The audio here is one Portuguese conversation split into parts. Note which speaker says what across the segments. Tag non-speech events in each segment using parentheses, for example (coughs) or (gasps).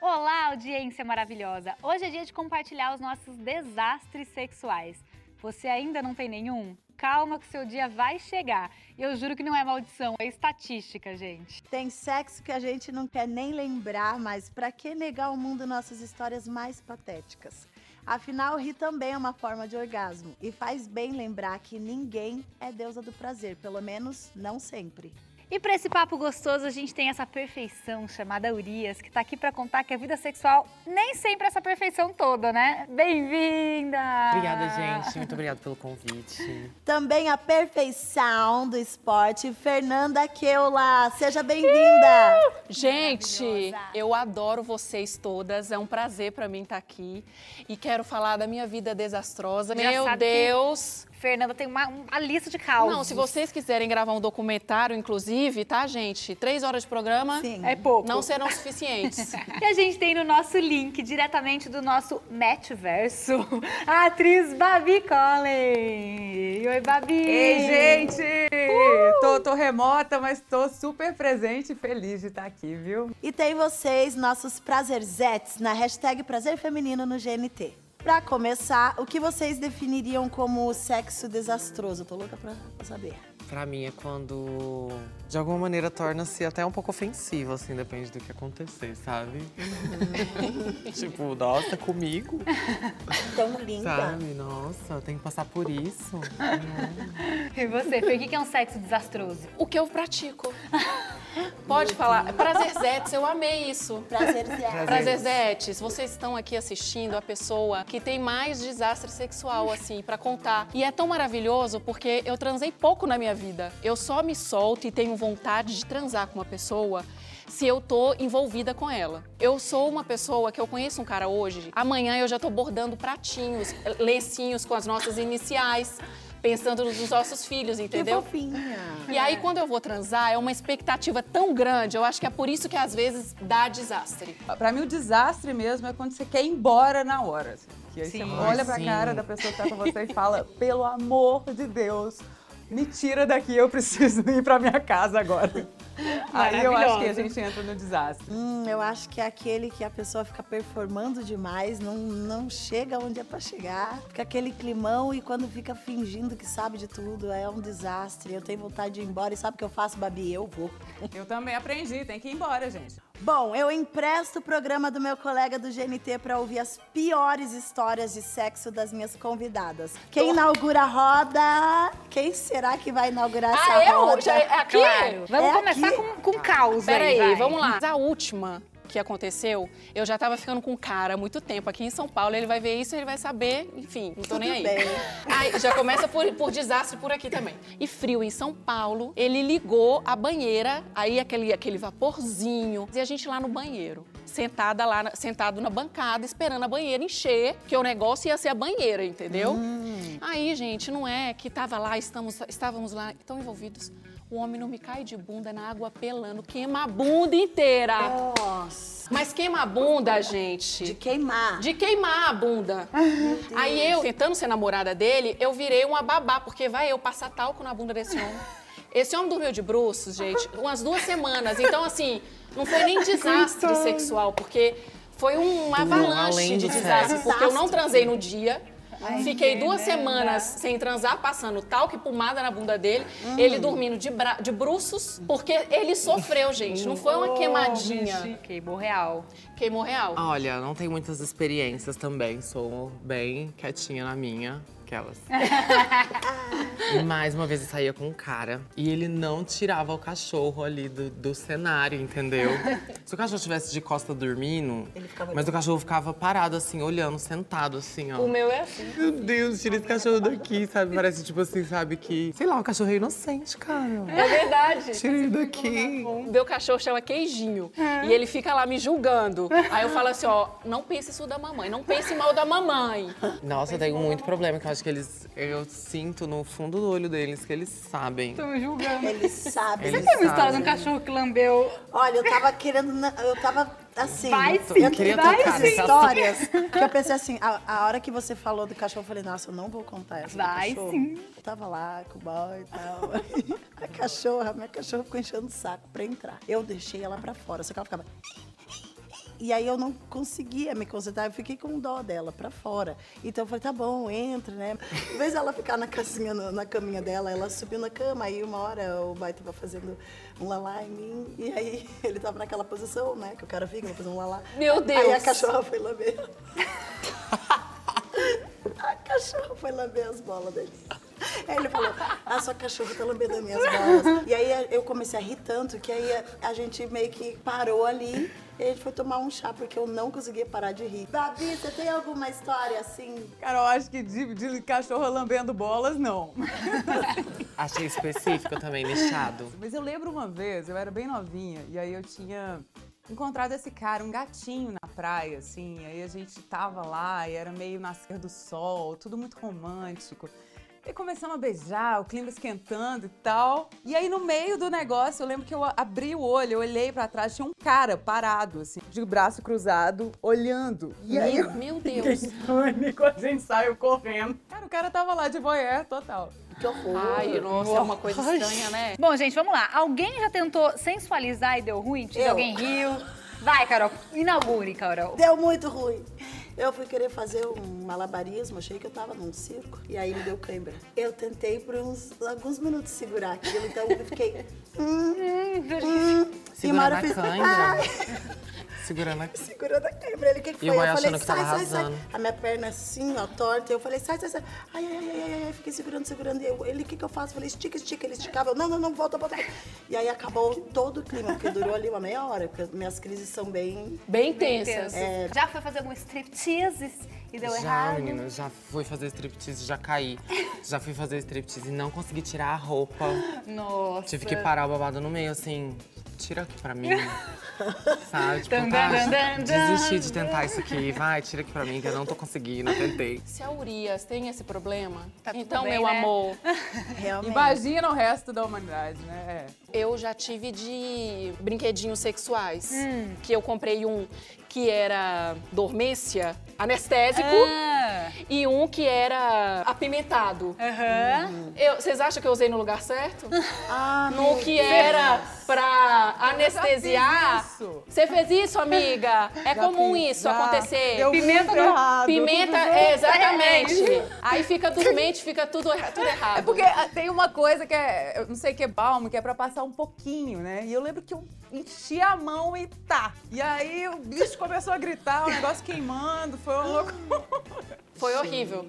Speaker 1: Olá, audiência maravilhosa! Hoje é dia de compartilhar os nossos desastres sexuais. Você ainda não tem nenhum? Calma que seu dia vai chegar. Eu juro que não é maldição, é estatística, gente.
Speaker 2: Tem sexo que a gente não quer nem lembrar, mas para que negar ao mundo nossas histórias mais patéticas? Afinal, rir também é uma forma de orgasmo e faz bem lembrar que ninguém é deusa do prazer, pelo menos não sempre.
Speaker 1: E para esse papo gostoso, a gente tem essa perfeição chamada Urias, que está aqui para contar que a vida sexual nem sempre é essa perfeição toda, né? Bem-vinda!
Speaker 3: Obrigada, gente. Muito obrigada pelo convite.
Speaker 2: Também a perfeição do esporte, Fernanda Keula. Seja bem-vinda!
Speaker 4: Gente, eu adoro vocês todas. É um prazer para mim estar aqui. E quero falar da minha vida desastrosa.
Speaker 1: Já
Speaker 4: Meu
Speaker 1: sabe que-
Speaker 4: Deus!
Speaker 1: Fernanda tem uma, uma lista de causos.
Speaker 4: Não, se vocês quiserem gravar um documentário, inclusive, tá, gente? Três horas de programa
Speaker 2: Sim.
Speaker 1: É pouco.
Speaker 4: não serão suficientes.
Speaker 1: (laughs) E a gente tem no nosso link, diretamente do nosso Matchverso, a atriz Babi Collin. Oi, Babi!
Speaker 5: Ei, gente!
Speaker 3: Uh!
Speaker 5: Tô, tô remota, mas tô super presente e feliz de estar aqui, viu?
Speaker 2: E tem vocês, nossos prazerzetes, na hashtag Prazer Feminino no GNT. Pra começar, o que vocês definiriam como sexo desastroso? Eu Tô louca pra pra saber.
Speaker 3: Pra mim é quando, de alguma maneira, torna-se até um pouco ofensivo, assim, depende do que acontecer, sabe? (laughs) tipo, nossa, comigo,
Speaker 2: Tão linda.
Speaker 3: sabe? Nossa, tem que passar por isso.
Speaker 1: E você, Fer, o que que é um sexo desastroso?
Speaker 4: o que eu pratico? Pode falar. Prazerzetes, eu amei isso.
Speaker 2: Prazerzete.
Speaker 4: Prazerzetes, vocês estão aqui assistindo a pessoa que tem mais desastre sexual, assim, pra contar. E é tão maravilhoso porque eu transei pouco na minha vida. Eu só me solto e tenho vontade de transar com uma pessoa se eu tô envolvida com ela. Eu sou uma pessoa que eu conheço um cara hoje, amanhã eu já tô bordando pratinhos, lencinhos com as nossas iniciais, pensando nos nossos filhos,
Speaker 2: Que
Speaker 4: entendeu?
Speaker 2: fofinha.
Speaker 4: E aí, quando eu vou transar, é uma expectativa tão grande, eu acho que é por isso que às vezes dá desastre.
Speaker 5: Pra mim, o desastre mesmo é quando você quer ir embora na hora. assim. Que aí você olha pra
Speaker 3: Sim.
Speaker 5: cara da pessoa que tá com você e fala, pelo amor de Deus, me tira daqui, eu preciso ir pra minha casa agora. Aí eu acho que a gente entra no desastre.
Speaker 2: Hum, eu acho que é aquele que a pessoa fica performando demais, não, não chega onde é pra chegar. Fica aquele climão e quando fica fingindo que sabe de tudo, é um desastre. Eu tenho vontade de ir embora e sabe o que eu faço, Babi? Eu vou.
Speaker 5: Eu também aprendi, tem que ir embora, gente.
Speaker 2: Bom, eu empresto o programa do meu colega do GNT para ouvir as piores histórias de sexo das minhas convidadas. Quem inaugura a roda? Quem será que vai inaugurar essa
Speaker 4: Ah, eu?
Speaker 2: roda?
Speaker 4: Já é aqui?
Speaker 1: Claro. Vamos
Speaker 2: É
Speaker 1: começar
Speaker 2: aqui.
Speaker 1: com, com caos aí,
Speaker 4: Peraí,
Speaker 1: vai.
Speaker 4: vamos lá. A última que aconteceu, eu já tava ficando com um cara há muito tempo aqui em São Paulo. Ele vai ver isso, ele vai saber, enfim, não tô
Speaker 2: Tudo
Speaker 4: nem aí.
Speaker 2: bem.
Speaker 4: Ai, já começa por, por desastre por aqui também. E frio em São Paulo, ele ligou a banheira, aí aquele, aquele vaporzinho, e a gente lá no banheiro. Sentada lá, na- sentado na bancada, esperando a banheira encher, que o negócio ia ser a banheira, entendeu? Aí, gente, não é que tava lá, estamos, estávamos lá, tão envolvidos. O homem não me cai de bunda na água pelando, queima a bunda inteira.
Speaker 2: Nossa,
Speaker 4: Mas queima a bunda, gente.
Speaker 2: de queimar.
Speaker 4: De queimar a bunda. Aí eu, tentando ser namorada dele, eu virei uma babá, porque vai eu passar talco na bunda desse homem. Esse homem dormiu de bruços, gente, umas duas semanas. Então, assim, não foi nem desastre sexual, porque foi um avalanche
Speaker 3: além
Speaker 4: de
Speaker 3: do
Speaker 4: desastre.
Speaker 2: sexo.
Speaker 4: Porque eu não transei no dia. Fiquei duas semanas sem transar, passando talco e pomada na bunda dele. Ele dormindo de, bra- de bruços, porque ele sofreu, gente. Não foi uma queimadinha.
Speaker 1: Queimou real.
Speaker 4: Queimou real.
Speaker 3: Olha, não tenho muitas experiências também, sou bem quietinha na minha.
Speaker 6: (laughs)
Speaker 3: aquelas. Mais uma vez eu saía com um cara e ele não tirava o cachorro ali do, do cenário, entendeu?
Speaker 6: (laughs)
Speaker 3: Se o cachorro estivesse de costa dormindo, mas o cachorro ficava parado assim, olhando, sentado assim, ó.
Speaker 6: O meu é assim.
Speaker 3: Meu Deus, tira esse cachorro daqui, sabe? Parece tipo assim, sabe que. Sei lá, o cachorro é inocente, cara.
Speaker 6: É verdade.
Speaker 3: Tira ele daqui.
Speaker 4: Meu cachorro chama queijinho. E ele fica lá me julgando. Aí eu falo assim, ó, não pense isso da mamãe, não pense mal da mamãe.
Speaker 3: Nossa, eu tenho muito problema, que eu acho que eles. Eu sinto no fundo do olho deles que eles sabem.
Speaker 1: Estão me julgando.
Speaker 2: Ele sabe.
Speaker 4: tá
Speaker 3: Ele
Speaker 1: Tem uma história de um
Speaker 3: sabe.
Speaker 1: cachorro que lambeu.
Speaker 2: Olha, eu tava querendo. na- Eu tava assim.
Speaker 1: Vai
Speaker 2: eu
Speaker 1: sim,
Speaker 2: eu queria
Speaker 3: vai
Speaker 2: tocar
Speaker 3: sim.
Speaker 2: nessas histórias. que eu pensei assim, a, a hora que você falou do cachorro, eu falei, nossa, eu não vou contar essa. do
Speaker 1: Vai
Speaker 2: cachorro.
Speaker 1: sim.
Speaker 2: Eu tava lá com o boy e tal. (laughs) a cachorra, minha cachorra ficou enchendo o saco pra entrar. Eu deixei ela pra fora, só que ela ficava. E aí eu não conseguia me concentrar, eu fiquei com dó dela pra fora. Então eu falei, tá bom, entra, né? Em vez dela ficar na casinha, na, na caminha dela, ela subiu na cama, aí uma hora o bai tava fazendo um lalá em mim, e aí (laughs) ele tava naquela posição, né? Que o cara fica, vou fazer um lalá.
Speaker 4: Meu
Speaker 2: Aí a
Speaker 4: Deus.
Speaker 2: cachorra foi lamber. a cachorra foi lamber as bolas dele. Aí ele falou, a sua cachorra tá lambendo as minhas bolas. E aí eu comecei a rir tanto que aí a, a gente meio que parou ali e a gente foi tomar um chá, porque eu não conseguia parar de rir. Babi, você tem alguma história assim?
Speaker 5: Cara, eu acho que de, de cachorro lambendo bolas, não.
Speaker 3: Achei específico também, nichado.
Speaker 5: Mas eu lembro uma vez, eu era bem novinha, e aí eu tinha encontrado esse cara, um gatinho na praia, assim. e Aí a gente tava lá e era meio nascer do sol, tudo muito romântico. E começamos a beijar, o clima esquentando e tal. E aí, no meio do negócio, eu lembro que eu a- abri o olho, eu olhei pra trás, tinha um cara parado, assim, de braço cruzado, olhando. E aí, eu
Speaker 4: Meu, meu
Speaker 5: (laughs)
Speaker 4: Deus.
Speaker 5: pânico, a gente saiu correndo. Cara, o cara tava lá de voyeur total.
Speaker 2: Que horror.
Speaker 4: Ai, nossa, é uma coisa estranha, né?
Speaker 1: Bom, gente, vamos lá. Alguém já tentou sensualizar e deu ruim? Diz,
Speaker 2: Eu.
Speaker 1: Alguém riu? Vai, Carol. Inaugure, Carol.
Speaker 2: Deu muito ruim. Eu fui querer fazer um malabarismo, achei que eu tava num circo, e aí me deu cãibra. Eu tentei por uns, alguns minutos segurar aquilo, então eu fiquei. "Hum, E uma
Speaker 3: Segurando
Speaker 2: hora
Speaker 3: a
Speaker 2: eu fiz, "Ah,
Speaker 3: cãibra. Segurando a cãibra.
Speaker 2: segurando a câmera. Ele, o que, que
Speaker 3: E
Speaker 2: foi?
Speaker 3: o
Speaker 2: Eu
Speaker 3: Maia
Speaker 2: falei,
Speaker 3: achando que tava
Speaker 2: sai, sai, sai.
Speaker 3: arrasando.
Speaker 2: A minha perna assim, ó, torta. Eu falei, sai, sai, sai. Ai, ai, ai, ai, ai, ai. Fiquei segurando, segurando. E eu, ele, o que, que eu faço? Eu falei, estica, estica. Ele esticava. Eu, não, não, não, volta, volta. volta. E aí acabou todo o clima, porque durou ali uma meia hora, porque as minhas crises são bem.
Speaker 4: Bem É. tensas.
Speaker 1: Já foi fazer algum striptease e deu
Speaker 3: já,
Speaker 1: errado?
Speaker 3: menina, já fui fazer striptease, já caí. já fui fazer striptease e não consegui tirar a roupa.
Speaker 1: Nossa.
Speaker 3: Tive que parar o babado no meio, assim, tira aqui pra mim. Sabe? Tipo,
Speaker 1: Tan,
Speaker 3: tá,
Speaker 1: dan, dan, dan,
Speaker 3: desisti de tentar isso aqui. Vai, tira aqui pra mim, que eu não tô conseguindo, eu tentei.
Speaker 4: Se a Urias tem esse problema,
Speaker 1: Tá tudo
Speaker 4: então,
Speaker 1: bem,
Speaker 4: meu
Speaker 1: né?
Speaker 4: amor,
Speaker 2: Realmente.
Speaker 5: Imagina o resto da humanidade, né? É.
Speaker 4: eu já tive de brinquedinhos sexuais.
Speaker 5: Hum.
Speaker 4: Que eu comprei um que era dormência, anestésico,
Speaker 1: Ah,
Speaker 4: e um que era apimentado. Uhum.
Speaker 1: Aham.
Speaker 4: Eu- Vocês acham que eu usei no lugar
Speaker 5: (laughs)
Speaker 4: certo?
Speaker 2: Ah,
Speaker 4: No que era pra anestesiar.
Speaker 5: isso.
Speaker 4: Você fez isso, amiga? É comum
Speaker 5: fiz,
Speaker 4: isso
Speaker 5: já.
Speaker 4: acontecer.
Speaker 5: Deu
Speaker 1: Pimenta
Speaker 5: muito
Speaker 1: no-
Speaker 5: errado.
Speaker 4: Pimenta, é,
Speaker 5: (laughs)
Speaker 4: exatamente. Aí fica dormente, fica tudo, erra- tudo errado.
Speaker 5: É porque ah, tem uma coisa que é, eu não sei que é balme, que é pra passar um pouquinho, né? E eu lembro que eu enchi a mão e tá. E aí o bicho começou a gritar, o negócio queimando, foi um louco.
Speaker 4: Foi horrível.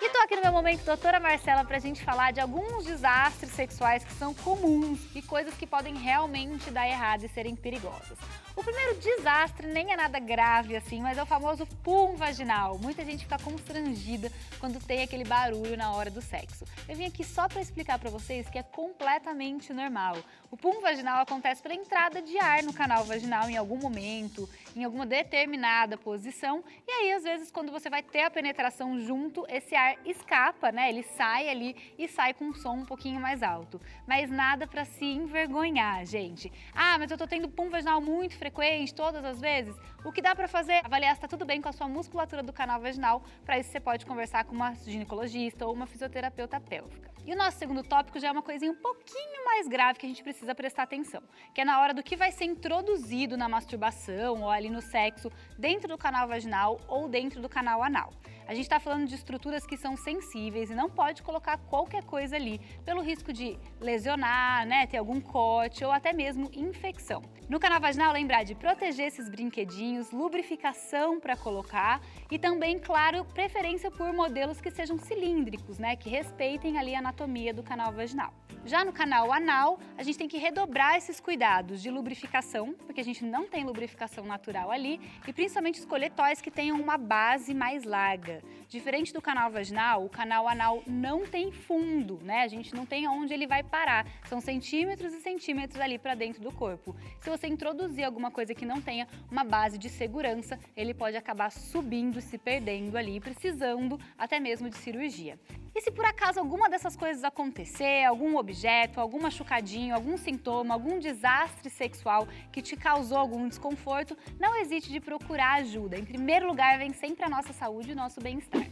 Speaker 1: E tô aqui no meu momento, doutora Marcela, pra gente falar de alguns desastres sexuais que são comuns e coisas que podem realmente dar errado e serem perigosas. O primeiro desastre nem é nada grave assim, mas é o famoso pum vaginal. Muita gente fica constrangida quando tem aquele barulho na hora do sexo. Eu vim aqui só pra explicar pra vocês que é completamente normal. O pum vaginal acontece pela entrada de ar no canal vaginal em algum momento, em alguma determinada posição, e aí às vezes quando você vai ter a penetração junto, esse ar escapa, né? Ele sai ali e sai com um som um pouquinho mais alto. Mas nada pra se envergonhar, gente. Ah, mas eu tô tendo pum vaginal muito frequente, todas as vezes. O que dá pra fazer? Avaliar se tá tudo bem com a sua musculatura do canal vaginal. Pra isso você pode conversar com uma ginecologista ou uma fisioterapeuta pélvica. E o nosso segundo tópico já é uma coisinha um pouquinho mais grave que a gente precisa prestar atenção, que é na hora do que vai ser introduzido na masturbação ou ali no sexo, dentro do canal vaginal ou dentro do canal anal. A gente está falando de estruturas que são sensíveis e não pode colocar qualquer coisa ali, pelo risco de lesionar, né, ter algum corte ou até mesmo infecção. No canal vaginal, lembrar de proteger esses brinquedinhos, lubrificação para colocar e também, claro, preferência por modelos que sejam cilíndricos, né, que respeitem ali a anatomia do canal vaginal. Já no canal anal, a gente tem que redobrar esses cuidados de lubrificação, porque a gente não tem lubrificação natural ali, e principalmente escolher toys que tenham uma base mais larga. Diferente do canal vaginal, o canal anal não tem fundo, né? A gente não tem onde ele vai parar. São centímetros e centímetros ali para dentro do corpo. Se você introduzir alguma coisa que não tenha uma base de segurança, ele pode acabar subindo, e se perdendo ali, precisando até mesmo de cirurgia. E se por acaso alguma dessas coisas acontecer, algum objeto, algum machucadinho, algum sintoma, algum desastre sexual que te causou algum desconforto, não hesite de procurar ajuda. Em primeiro lugar, vem sempre a nossa saúde e o nosso bem-estar.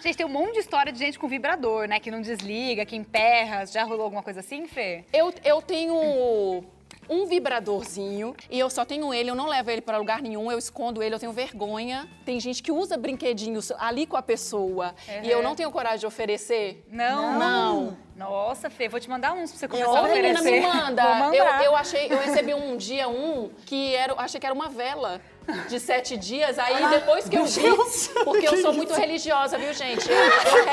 Speaker 1: Gente, tem um monte de história de gente com vibrador, né? Que não desliga, que emperra. Já rolou alguma coisa assim, Fê?
Speaker 4: Eu, eu tenho um vibradorzinho e eu só tenho ele, eu não levo ele para lugar nenhum, eu escondo ele, eu tenho vergonha. Tem gente que usa brinquedinhos ali com a pessoa e eu não tenho coragem de oferecer.
Speaker 1: Não.
Speaker 4: Não.
Speaker 1: Nossa, Fê, vou te mandar uns pra você começar a
Speaker 4: Ô, menina,
Speaker 1: oferecer.
Speaker 4: me
Speaker 1: Vou
Speaker 4: manda. Eu,
Speaker 1: mandar.
Speaker 4: eu achei, eu recebi um dia um que era, achei que era uma vela de sete dias. Aí depois que eu vi, porque eu sou muito religiosa, viu, gente? Eu, eu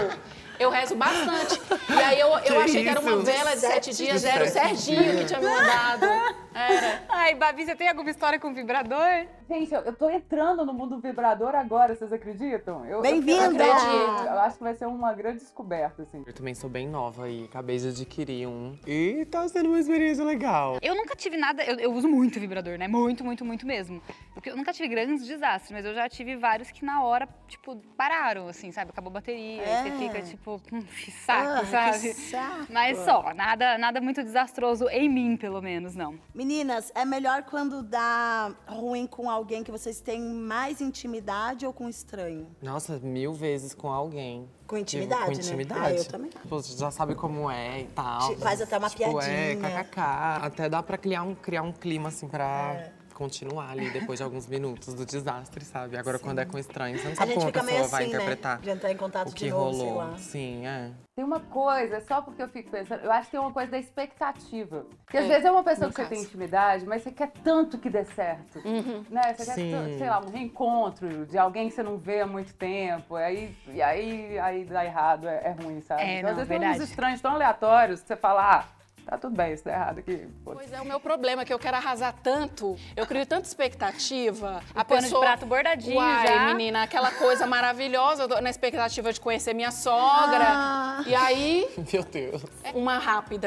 Speaker 4: rezo. Eu rezo bastante. E aí eu, eu achei que era uma
Speaker 3: isso?
Speaker 4: vela de sete dias,
Speaker 3: dias.
Speaker 4: era o Serginho que tinha me mandado. Era.
Speaker 1: (laughs) Ai, Babi, você tem alguma história com vibrador?
Speaker 5: Gente, eu, eu tô entrando no mundo vibrador agora, vocês acreditam? Eu- eu-
Speaker 7: Bem-vinda!
Speaker 5: Eu, acredito. eu acho que vai ser uma grande descoberta, assim.
Speaker 3: Eu também sou bem nova e acabei de adquirir um. E tá sendo uma experiência legal.
Speaker 1: Eu nunca tive nada. Eu, eu uso muito vibrador, né? Muito, muito, muito mesmo. Porque eu nunca tive grandes desastres, mas eu já tive vários que na hora, tipo, pararam, assim, sabe? Acabou a bateria, aí
Speaker 7: É.
Speaker 1: você fica, tipo, hum, que saco,
Speaker 7: Ah, que
Speaker 1: sabe?
Speaker 7: saco.
Speaker 1: Mas só, nada, nada muito desastroso em mim, pelo menos, não.
Speaker 7: Meninas, é melhor quando dá ruim com alguém que vocês têm mais intimidade ou com um estranho?
Speaker 3: Nossa, mil vezes com alguém.
Speaker 7: Com
Speaker 3: Tipo,
Speaker 7: intimidade,
Speaker 3: Com
Speaker 7: né?
Speaker 3: intimidade.
Speaker 7: Ah, eu também.
Speaker 3: Tipo, você já sabe como é e tal.
Speaker 7: Te- faz até uma
Speaker 3: tipo, É,
Speaker 7: piadinha.
Speaker 3: kkk. Até dá pra criar um, criar um clima, assim, pra continuar ali depois de alguns minutos do desastre, sabe? Agora, quando é com estranho, você não
Speaker 8: A
Speaker 3: sabe
Speaker 8: gente
Speaker 3: como a
Speaker 8: fica
Speaker 3: pessoa
Speaker 8: meio assim,
Speaker 3: vai
Speaker 8: né?
Speaker 3: interpretar
Speaker 8: De entrar em contato
Speaker 3: o que
Speaker 8: de novo, sei
Speaker 3: rolou.
Speaker 8: lá.
Speaker 3: Sim, é.
Speaker 5: Tem uma coisa, só porque eu fico pensando, eu acho que tem uma coisa da expectativa. Porque às vezes é uma pessoa
Speaker 4: no
Speaker 5: que você tem
Speaker 4: caso.
Speaker 5: intimidade, mas você quer tanto que dê certo. Né? Você quer,
Speaker 3: Sim.
Speaker 5: tanto, sei lá, um reencontro de alguém que você não vê há muito tempo. Aí, e aí, aí dá errado, é, é ruim, sabe?
Speaker 1: É,
Speaker 5: então, às
Speaker 1: não,
Speaker 5: vezes tem
Speaker 1: verdade.
Speaker 5: uns estranhos tão aleatórios que você fala, ah, tá tudo bem, isso dá errado aqui. pô,
Speaker 4: Pois é, o meu problema é que eu quero arrasar tanto, eu crio tanta expectativa. a
Speaker 1: pano de prato bordadinho
Speaker 4: Uai,
Speaker 1: já.
Speaker 4: menina, aquela coisa maravilhosa, eu tô na expectativa de conhecer minha sogra.
Speaker 1: Ah.
Speaker 4: E aí,
Speaker 3: (laughs) Meu Deus.
Speaker 4: uma rápida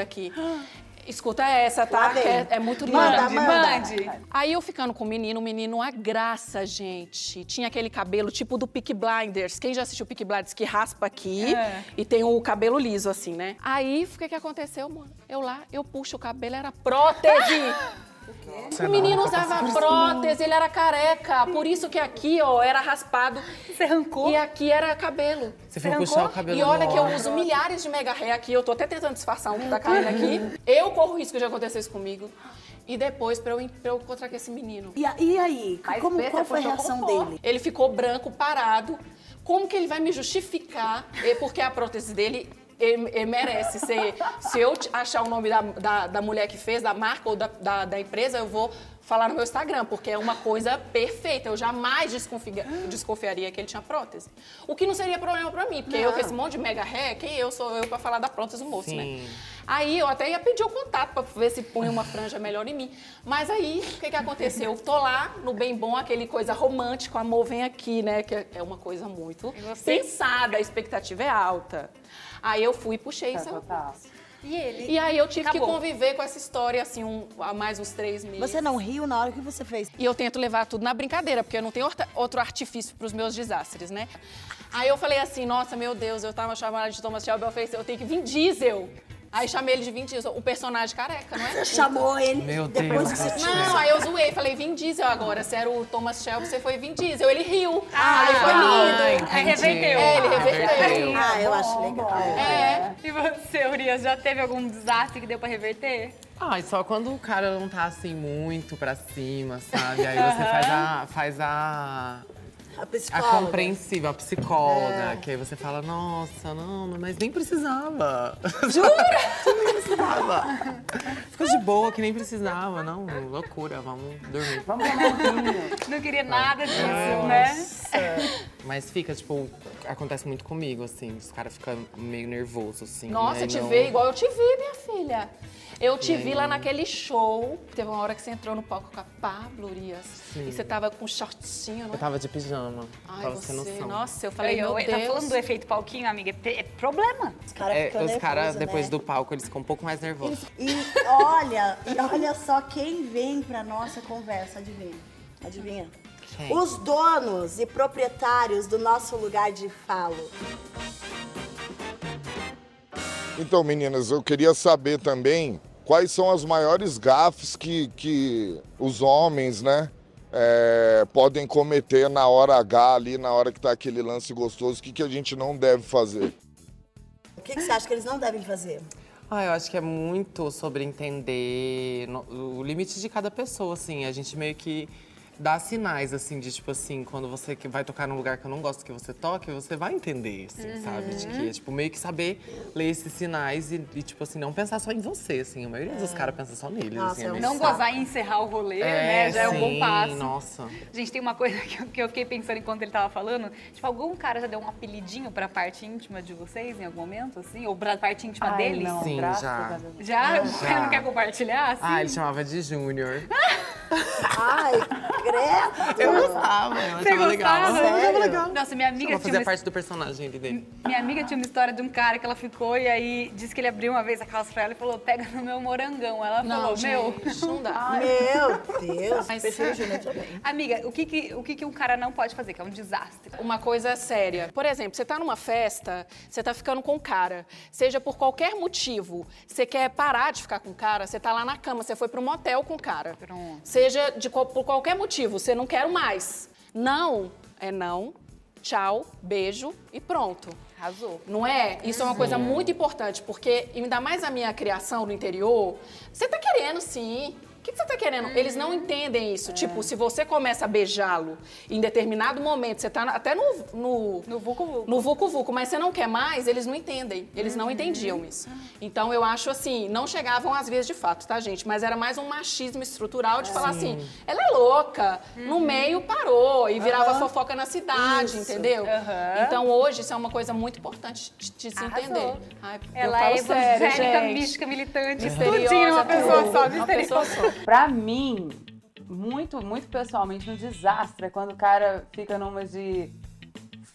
Speaker 1: (gasps)
Speaker 4: aqui. Escuta essa, tá? Que é, é muito linda.
Speaker 7: Manda,
Speaker 1: Mande!
Speaker 4: Aí eu ficando com o menino, o menino, a graça, gente. Tinha aquele cabelo tipo do Peak Blinders. Quem já assistiu Peak Blinders que raspa aqui
Speaker 1: É.
Speaker 4: e tem o cabelo liso, assim, né? Aí, o que que aconteceu, mano? Eu lá, eu puxo o cabelo, era
Speaker 1: (laughs)
Speaker 4: prótese! O menino usava prótese, ele era careca, por isso que aqui, ó, era raspado
Speaker 1: Você arrancou?
Speaker 4: e aqui era cabelo.
Speaker 3: Você foi puxar o cabelo
Speaker 4: E olha
Speaker 3: no
Speaker 4: que eu
Speaker 3: ar.
Speaker 4: uso milhares de mega ré aqui, eu tô até tentando disfarçar um que tá caindo aqui. Eu corro o risco de acontecer isso comigo. E depois, pra eu, pra eu encontrar com esse menino.
Speaker 7: E, a- e aí?
Speaker 5: Mas
Speaker 7: Como,
Speaker 5: pensa,
Speaker 7: qual foi a
Speaker 5: puxou
Speaker 7: reação
Speaker 5: com
Speaker 7: dele?
Speaker 4: Ele ficou branco, parado. Como que ele vai me justificar? É Porque a prótese dele ele- ele merece ser. Se eu te- achar o nome da, da, da mulher que fez, da marca ou da, da, da empresa, eu vou falar no meu Instagram, porque é uma coisa perfeita. Eu jamais desconfiga- desconfiaria que ele tinha prótese. O que não seria problema pra mim, porque eu com esse monte de mega ré, quem eu sou eu pra falar da prótese do moço, né?
Speaker 3: Sim.
Speaker 4: Aí eu até ia pedir o contato pra ver se punha uma franja melhor em mim. Mas aí, o que que aconteceu? Eu tô lá no bem bom, aquele coisa romântica, o amor vem aqui, né? Que é- é uma coisa muito
Speaker 1: E você?
Speaker 4: pensada, a expectativa é alta. Aí eu fui e puxei
Speaker 5: tá,
Speaker 4: isso.
Speaker 5: tá, tá.
Speaker 1: E ele?
Speaker 4: E aí eu tive
Speaker 1: Acabou.
Speaker 4: que conviver com essa história, assim, um, há mais uns três meses.
Speaker 7: Você não riu na hora que você fez?
Speaker 4: E eu tento levar tudo na brincadeira, porque eu não tenho orta- outro artifício para os meus desastres, né? Aí eu falei assim, nossa, meu Deus, eu tava chamada de Thomas Shelby, eu falei assim, eu tenho que vir diesel. Aí chamei ele de Vin Diesel, o personagem careca, não é?
Speaker 7: Chamou ele
Speaker 3: Meu
Speaker 7: depois
Speaker 3: Deus.
Speaker 7: que você...
Speaker 4: Não, aí eu zoei, falei Vin Diesel agora, se era o Thomas Shelby, você foi Vin Diesel. Ele riu, aí foi lindo.
Speaker 3: Ah,
Speaker 1: Aí
Speaker 3: entendi.
Speaker 1: reverteu.
Speaker 4: É, ele reverteu.
Speaker 7: Ah, eu acho legal.
Speaker 4: É,
Speaker 1: E você, Urias, já teve algum desastre que deu pra reverter?
Speaker 3: Ai, só quando o cara
Speaker 4: (laughs)
Speaker 3: não tá assim muito pra cima, sabe? Aí você faz a. faz a.
Speaker 2: A
Speaker 3: A
Speaker 2: psicóloga.
Speaker 3: compreensiva, a psicóloga,
Speaker 4: É.
Speaker 3: que aí você fala, nossa, não, mas nem precisava. (laughs) Jura? nem precisava. Ficou de boa que nem precisava, não, loucura, vamos dormir.
Speaker 5: Vamos tomar um vinho.
Speaker 1: Não queria nada disso, né?
Speaker 3: Mas fica, tipo, acontece muito comigo, assim, os caras ficam meio nervosos, assim.
Speaker 4: Nossa,
Speaker 3: e aí
Speaker 4: te
Speaker 3: não-
Speaker 4: ver igual eu te vi, minha filha. Eu te vi lá
Speaker 3: não-
Speaker 4: naquele show. Teve uma hora que você entrou no palco com a Pablo Urias. E você tava com um shortinho, não
Speaker 3: Eu
Speaker 4: é?
Speaker 3: tava de pijama,
Speaker 4: Ai,
Speaker 3: tava
Speaker 4: você,
Speaker 3: sem noção.
Speaker 4: nossa, eu falei, meu
Speaker 1: Aí, ó,
Speaker 4: Deus.
Speaker 1: Tá falando do efeito palquinho, amiga? É pe- É problema.
Speaker 2: Os caras
Speaker 3: É,
Speaker 2: ficam
Speaker 3: os caras,
Speaker 2: nervosos,
Speaker 3: depois
Speaker 2: né?
Speaker 3: do palco, eles ficam um pouco mais nervosos.
Speaker 2: E olha, e olha só quem vem pra nossa conversa, adivinha? Adivinha?
Speaker 3: Quem?
Speaker 2: Os donos e proprietários do nosso lugar de falo.
Speaker 8: Então, meninas, eu queria saber também quais são as maiores gafes que, que os homens, né, é, podem cometer na hora H ali, na hora que tá aquele lance gostoso, o que, que a gente não deve fazer?
Speaker 2: O que, que você acha que eles não devem fazer?
Speaker 3: Ah, eu acho que é muito sobre entender no- o limite de cada pessoa, assim. A gente meio que dá sinais, assim, de tipo assim, quando você que vai tocar num lugar que eu não gosto que você toque, você vai entender, assim, sabe? De
Speaker 1: Uhum.
Speaker 3: que é, tipo, meio que saber ler esses sinais e, e, tipo assim, não pensar só em você, assim. A maioria dos caras pensa só neles,
Speaker 2: Nossa,
Speaker 3: assim.
Speaker 2: é um
Speaker 3: meio-
Speaker 1: É. Não gozar e encerrar o rolê, né? Já é um bom
Speaker 3: sim,
Speaker 1: passo.
Speaker 3: Nossa.
Speaker 1: Gente, tem uma coisa (laughs) que eu, que eu fiquei pensando enquanto ele tava falando. Tipo, algum cara já deu um apelidinho pra parte íntima de vocês em algum momento, assim? Ou pra parte íntima
Speaker 5: Ai,
Speaker 1: deles?
Speaker 5: não,
Speaker 3: Sim,
Speaker 5: graças
Speaker 3: já.
Speaker 5: a Deus.
Speaker 1: Já? (laughs) Você não
Speaker 3: Já.
Speaker 1: quer compartilhar? Assim?
Speaker 3: Ah, ele chamava de Júnior.
Speaker 2: Ai, credo!
Speaker 3: Eu gostava, eu
Speaker 1: Você
Speaker 3: achava legal.
Speaker 1: gostava?
Speaker 3: Eu achava legal.
Speaker 1: Nossa, minha amiga
Speaker 3: Ela
Speaker 1: tinha
Speaker 3: fazia
Speaker 1: uma
Speaker 3: parte do personagem ali dele.
Speaker 1: Minha amiga tinha uma história de um cara que ela ficou e aí disse que ele abriu uma vez a calça pra ela e falou: pega no meu morangão. Ela falou:
Speaker 4: Não,
Speaker 1: meu.
Speaker 4: gente, não dá.
Speaker 2: Meu Deus,
Speaker 4: Mas-
Speaker 2: prefiro o Júnior também.
Speaker 1: Amiga, o que, que- o que, que um cara não pode fazer? Que é um desastre.
Speaker 4: Uma coisa séria. Por exemplo, você tá numa festa, você tá ficando com um cara, seja por qualquer motivo, você quer parar de ficar com o cara, você tá lá na cama, você foi para um motel com o cara.
Speaker 1: Pronto.
Speaker 4: Seja de qual- por qualquer motivo, você não quer mais. Não é não. Tchau, beijo e pronto.
Speaker 1: Arrasou.
Speaker 4: Não é? Isso é uma coisa muito importante, porque ainda mais a minha criação no interior, você tá querendo sim. O que que você tá
Speaker 1: Uhum.
Speaker 4: querendo? Eles não entendem
Speaker 1: É.
Speaker 4: isso. Tipo, se você começa a beijá-lo em determinado momento, você tá na- até no, no,
Speaker 1: No Vucu Vucu.
Speaker 4: no Vucu Vucu, mas você não quer mais, eles não entendem. Eles
Speaker 1: Uhum.
Speaker 4: não entendiam
Speaker 1: Ah.
Speaker 4: isso. Então eu acho assim, não chegavam às vezes de fato, tá, gente? Mas era mais um machismo estrutural de falar assim, ela é louca,
Speaker 1: Uhum.
Speaker 4: no meio parou e virava fofoca na cidade, entendeu?
Speaker 1: Aham.
Speaker 4: Então hoje isso é uma coisa muito importante de, de se
Speaker 1: Arrasou.
Speaker 4: entender. Ai,
Speaker 1: Ela é
Speaker 4: eu falo sério,
Speaker 1: evangélica,
Speaker 4: gente.
Speaker 1: mística, militante, tudinho
Speaker 4: Misteriosa,
Speaker 1: uma pessoa
Speaker 4: tudo.
Speaker 1: só,
Speaker 4: Uma
Speaker 1: misteriosa.
Speaker 4: pessoa só.
Speaker 5: Pra mim, muito, muito pessoalmente, um desastre é quando o cara fica numa de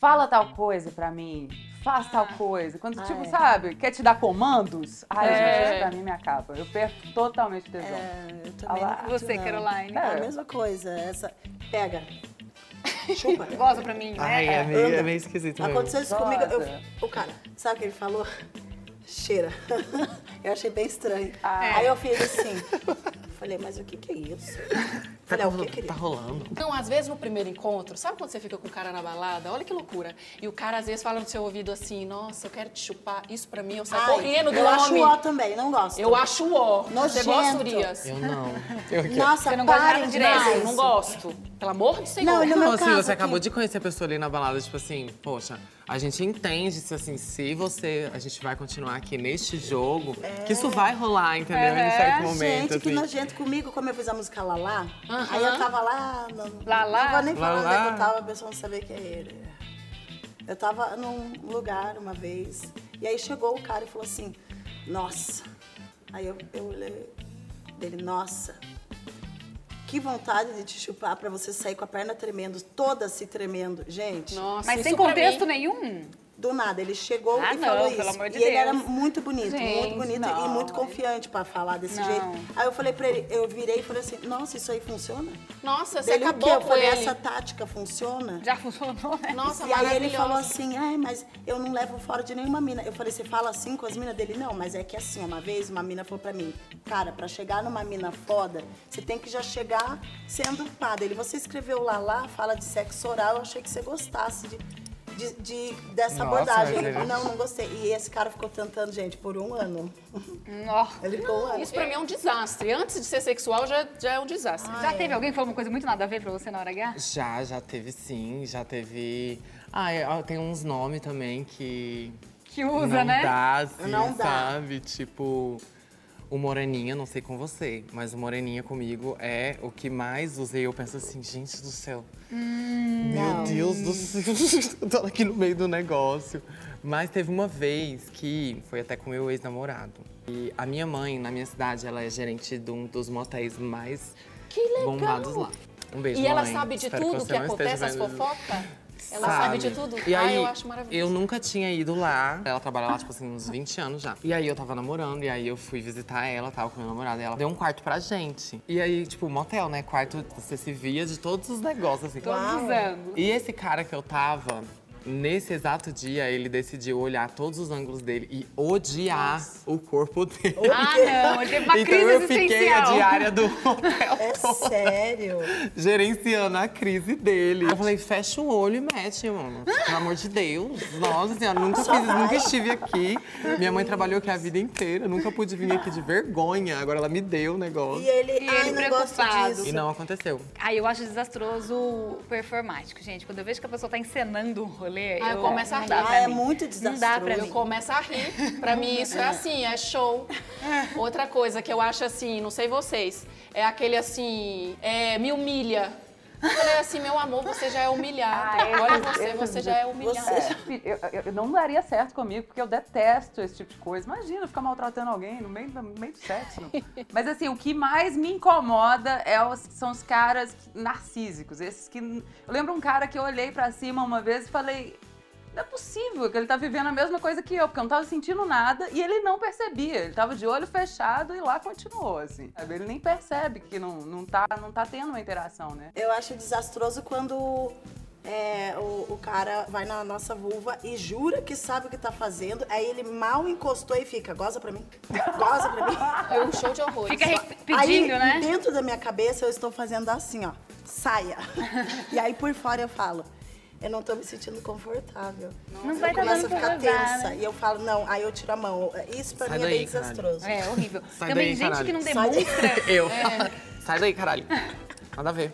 Speaker 5: fala tal coisa pra mim, faz tal coisa. Quando, tipo, sabe, quer te dar comandos. Ai,
Speaker 4: É.
Speaker 5: gente, isso pra mim me acaba. Eu perco totalmente o tesão.
Speaker 2: Eu
Speaker 5: Ah
Speaker 2: também
Speaker 5: lá.
Speaker 2: não curto,
Speaker 1: Você,
Speaker 2: não.
Speaker 1: Caroline.
Speaker 2: É a mesma coisa, essa. Pega. Chupa.
Speaker 1: Goza pra mim, né?
Speaker 3: Ai, é meio,
Speaker 2: anda.
Speaker 3: é meio esquisito mesmo.
Speaker 2: Aconteceu isso comigo.
Speaker 5: Gosta.
Speaker 2: eu- o cara, sabe o que ele falou? (laughs) Cheira. (laughs) Eu achei bem estranho.
Speaker 5: Ah.
Speaker 2: Aí eu fiz assim. Falei, mas o que que é isso?
Speaker 3: Tá,
Speaker 2: Falei, ah, o
Speaker 3: ro-
Speaker 2: que que
Speaker 3: tá rolando.
Speaker 4: Então, às vezes no primeiro encontro, sabe quando você fica com o cara na balada? Olha que loucura. E o cara às vezes fala no seu ouvido assim: Nossa, eu quero te chupar. Isso pra mim, eu saio
Speaker 2: Ai,
Speaker 4: Tá correndo do
Speaker 2: Eu acho ó
Speaker 4: homem.
Speaker 2: também, não gosto.
Speaker 4: Eu acho ó. Você
Speaker 2: Nojento.
Speaker 4: gosta,
Speaker 2: (laughs)
Speaker 4: Urias?
Speaker 3: Eu não. Eu aqui, ó.
Speaker 2: Nossa,
Speaker 1: Você não gosta de
Speaker 2: parem
Speaker 1: nada
Speaker 2: de
Speaker 1: direito.
Speaker 2: falar
Speaker 4: Não,
Speaker 2: isso.
Speaker 4: não gosto. Pelo amor de Senhor.
Speaker 2: Não, e no é meu
Speaker 3: Não, assim,
Speaker 2: caso
Speaker 3: você acabou
Speaker 2: aqui-
Speaker 3: de conhecer a pessoa ali na balada, tipo assim, poxa, a gente entende se assim, se você. A gente vai continuar aqui neste jogo, que isso vai rolar, entendeu? Em um certo momento.
Speaker 2: É, Gente, que
Speaker 3: assim.
Speaker 2: nojento comigo, como eu fiz a música Lalá.
Speaker 4: Aham.
Speaker 2: Aí eu tava lá. Não,
Speaker 1: Lá, lá.
Speaker 2: não vou nem falar
Speaker 3: Lá,
Speaker 2: onde é que
Speaker 3: lá.
Speaker 2: eu tava, a pessoa não sabia que é ele. Eu tava num lugar uma vez, e aí chegou o cara e falou assim: Nossa. Aí eu, eu olhei dele: Nossa. Que vontade de te chupar pra você sair com a perna tremendo, toda se tremendo. Gente,
Speaker 4: Nossa,
Speaker 1: Mas
Speaker 4: isso
Speaker 1: sem
Speaker 4: pra
Speaker 1: contexto
Speaker 4: mim-
Speaker 1: nenhum.
Speaker 2: do nada, ele chegou
Speaker 1: Ah,
Speaker 2: e
Speaker 1: não,
Speaker 2: falou isso.
Speaker 1: pelo amor de
Speaker 2: e ele
Speaker 1: Deus.
Speaker 2: era muito bonito,
Speaker 5: Gente,
Speaker 2: muito bonito
Speaker 5: não.
Speaker 2: e muito confiante pra falar desse
Speaker 1: Não.
Speaker 2: jeito. Aí eu falei pra ele, eu virei e falei assim, nossa, isso aí funciona?
Speaker 4: Nossa, você
Speaker 2: Ele, o quê?
Speaker 4: acabou
Speaker 2: Eu
Speaker 4: com
Speaker 2: falei,
Speaker 4: ele.
Speaker 2: essa tática funciona?
Speaker 1: Já funcionou, né?
Speaker 4: Nossa,
Speaker 2: e aí ele
Speaker 4: maravilhoso.
Speaker 2: falou assim, ai, mas eu não levo fora de nenhuma mina. Eu falei, você fala assim com as minas dele? Não, mas é que assim, uma vez uma mina falou pra mim, cara, pra chegar numa mina foda, você tem que já chegar sendo pá. Ele, você escreveu lá lá, fala de sexo oral, eu achei que você gostasse de... de- de- dessa
Speaker 3: Nossa,
Speaker 2: abordagem.
Speaker 3: mas
Speaker 2: Ele,
Speaker 3: ele-
Speaker 2: Não, não gostei. E esse cara ficou tentando, gente, por um ano.
Speaker 1: Nossa.
Speaker 2: Ele ficou um ano.
Speaker 4: Isso pra mim é um desastre. Antes de ser sexual, já, já é um desastre.
Speaker 3: Ah.
Speaker 1: Já teve alguém que falou uma coisa muito nada a ver pra você na hora H?
Speaker 3: Já, já teve sim, já teve. Ah, é, ó, tem uns nomes também que.
Speaker 1: Que usa,
Speaker 3: não
Speaker 1: né?
Speaker 3: Dá, assim,
Speaker 2: Não dá.
Speaker 3: sabe? Tipo, o Moreninha, não sei com você, mas o Moreninha comigo é o que mais usei. Eu penso assim, gente do céu.
Speaker 4: Hum,
Speaker 3: Meu Deus do céu, (laughs) eu tô aqui no meio do negócio. Mas teve uma vez que foi até com meu ex-namorado. E a minha mãe, na minha cidade, ela é gerente de um dos motéis mais
Speaker 4: Que legal!
Speaker 3: bombados lá. Um beijo,
Speaker 4: E ela
Speaker 3: mãe.
Speaker 4: sabe de
Speaker 3: Espero
Speaker 4: tudo
Speaker 3: você
Speaker 4: que
Speaker 3: não esteja
Speaker 4: acontece, as
Speaker 3: vendo isso.
Speaker 4: fofocas? Ela sabe de tudo?
Speaker 3: E
Speaker 4: ah,
Speaker 3: aí,
Speaker 4: eu acho maravilhoso.
Speaker 3: eu nunca tinha ido lá. Ela trabalha lá, tipo assim, uns 20 anos já. E aí eu tava namorando, e aí eu fui visitar ela, tava com meu namorado. E ela deu um quarto pra gente. E aí, tipo, motel, né? Quarto, você se via de todos os negócios, assim.
Speaker 1: Todos os ângulos.
Speaker 3: E esse cara que eu tava, nesse exato dia, ele decidiu olhar todos os ângulos dele e odiar o corpo dele.
Speaker 1: Ah, não, ele teve
Speaker 3: (laughs)
Speaker 1: uma
Speaker 3: então
Speaker 1: crise
Speaker 3: eu fiquei a
Speaker 1: existencial.
Speaker 3: diária do motel
Speaker 2: É
Speaker 3: toda
Speaker 2: sério.
Speaker 3: gerenciando a crise dele. Eu falei, fecha o olho e mete, mano. Pelo amor de Deus. Nossa senhora, nunca fiz, nunca estive aqui. Minha mãe trabalhou aqui a vida inteira. Nunca pude vir aqui de vergonha. Agora ela me deu o
Speaker 2: E
Speaker 3: negócio.
Speaker 2: ele,
Speaker 1: E
Speaker 2: ai,
Speaker 1: ele
Speaker 2: não gosto
Speaker 1: preocupado.
Speaker 2: disso.
Speaker 3: E não aconteceu.
Speaker 1: Aí eu acho desastroso o performático, gente. Quando eu vejo que a pessoa tá encenando um rolê,
Speaker 4: Ah, eu começo a
Speaker 1: não
Speaker 4: rir.
Speaker 1: dá
Speaker 4: Ah,
Speaker 1: pra
Speaker 2: é
Speaker 1: mim.
Speaker 2: muito
Speaker 1: Não dá pra
Speaker 2: desastroso.
Speaker 4: Eu
Speaker 1: mim.
Speaker 4: começo a rir. Pra mim, isso é assim, é show. Outra coisa que eu acho assim, não sei vocês, é aquele assim, é, me humilha. Eu falei assim, meu amor, você já é humilhado.
Speaker 1: Ah,
Speaker 4: Olha você, você já é humilhado.
Speaker 5: Eu, eu- eu não daria certo comigo, porque eu detesto esse tipo de coisa. Imagina ficar maltratando alguém no meio, do- no meio do sexo. Mas assim, o que mais me incomoda é os- são os caras narcísicos. Esses que. Eu lembro um cara que eu olhei pra cima uma vez e falei. Não é possível que ele tá vivendo a mesma coisa que eu, porque eu não tava sentindo nada e ele não percebia. Ele tava de olho fechado e lá continuou, assim. sabe? Ele nem percebe que não, não, tá, não tá tendo uma interação, né?
Speaker 2: Eu acho desastroso quando é, o, o cara vai na nossa vulva e jura que sabe o que tá fazendo, aí ele mal encostou e fica, goza pra mim, goza pra
Speaker 1: (laughs)
Speaker 2: mim.
Speaker 4: É um show de horror.
Speaker 1: Fica re- pedindo,
Speaker 2: aí,
Speaker 1: né?
Speaker 2: dentro da minha cabeça, eu estou fazendo assim, ó,
Speaker 1: (laughs)
Speaker 2: saia. e aí, por fora, eu falo, eu não tô me sentindo confortável.
Speaker 1: Não
Speaker 2: eu
Speaker 1: vai tá
Speaker 2: começo a
Speaker 1: dando pra
Speaker 2: ficar
Speaker 1: gozar,
Speaker 2: tensa.
Speaker 1: né?
Speaker 2: E eu falo, não, aí eu tiro a mão. Isso pra
Speaker 3: Sai
Speaker 2: mim é bem
Speaker 3: daí, caralho.
Speaker 2: desastroso.
Speaker 1: É, horrível.
Speaker 3: Sai
Speaker 1: Também
Speaker 3: daí,
Speaker 1: gente
Speaker 3: caralho.
Speaker 1: que não
Speaker 2: Sai daí.
Speaker 1: demonstra.
Speaker 3: Eu. Sai daí, caralho. Nada a ver.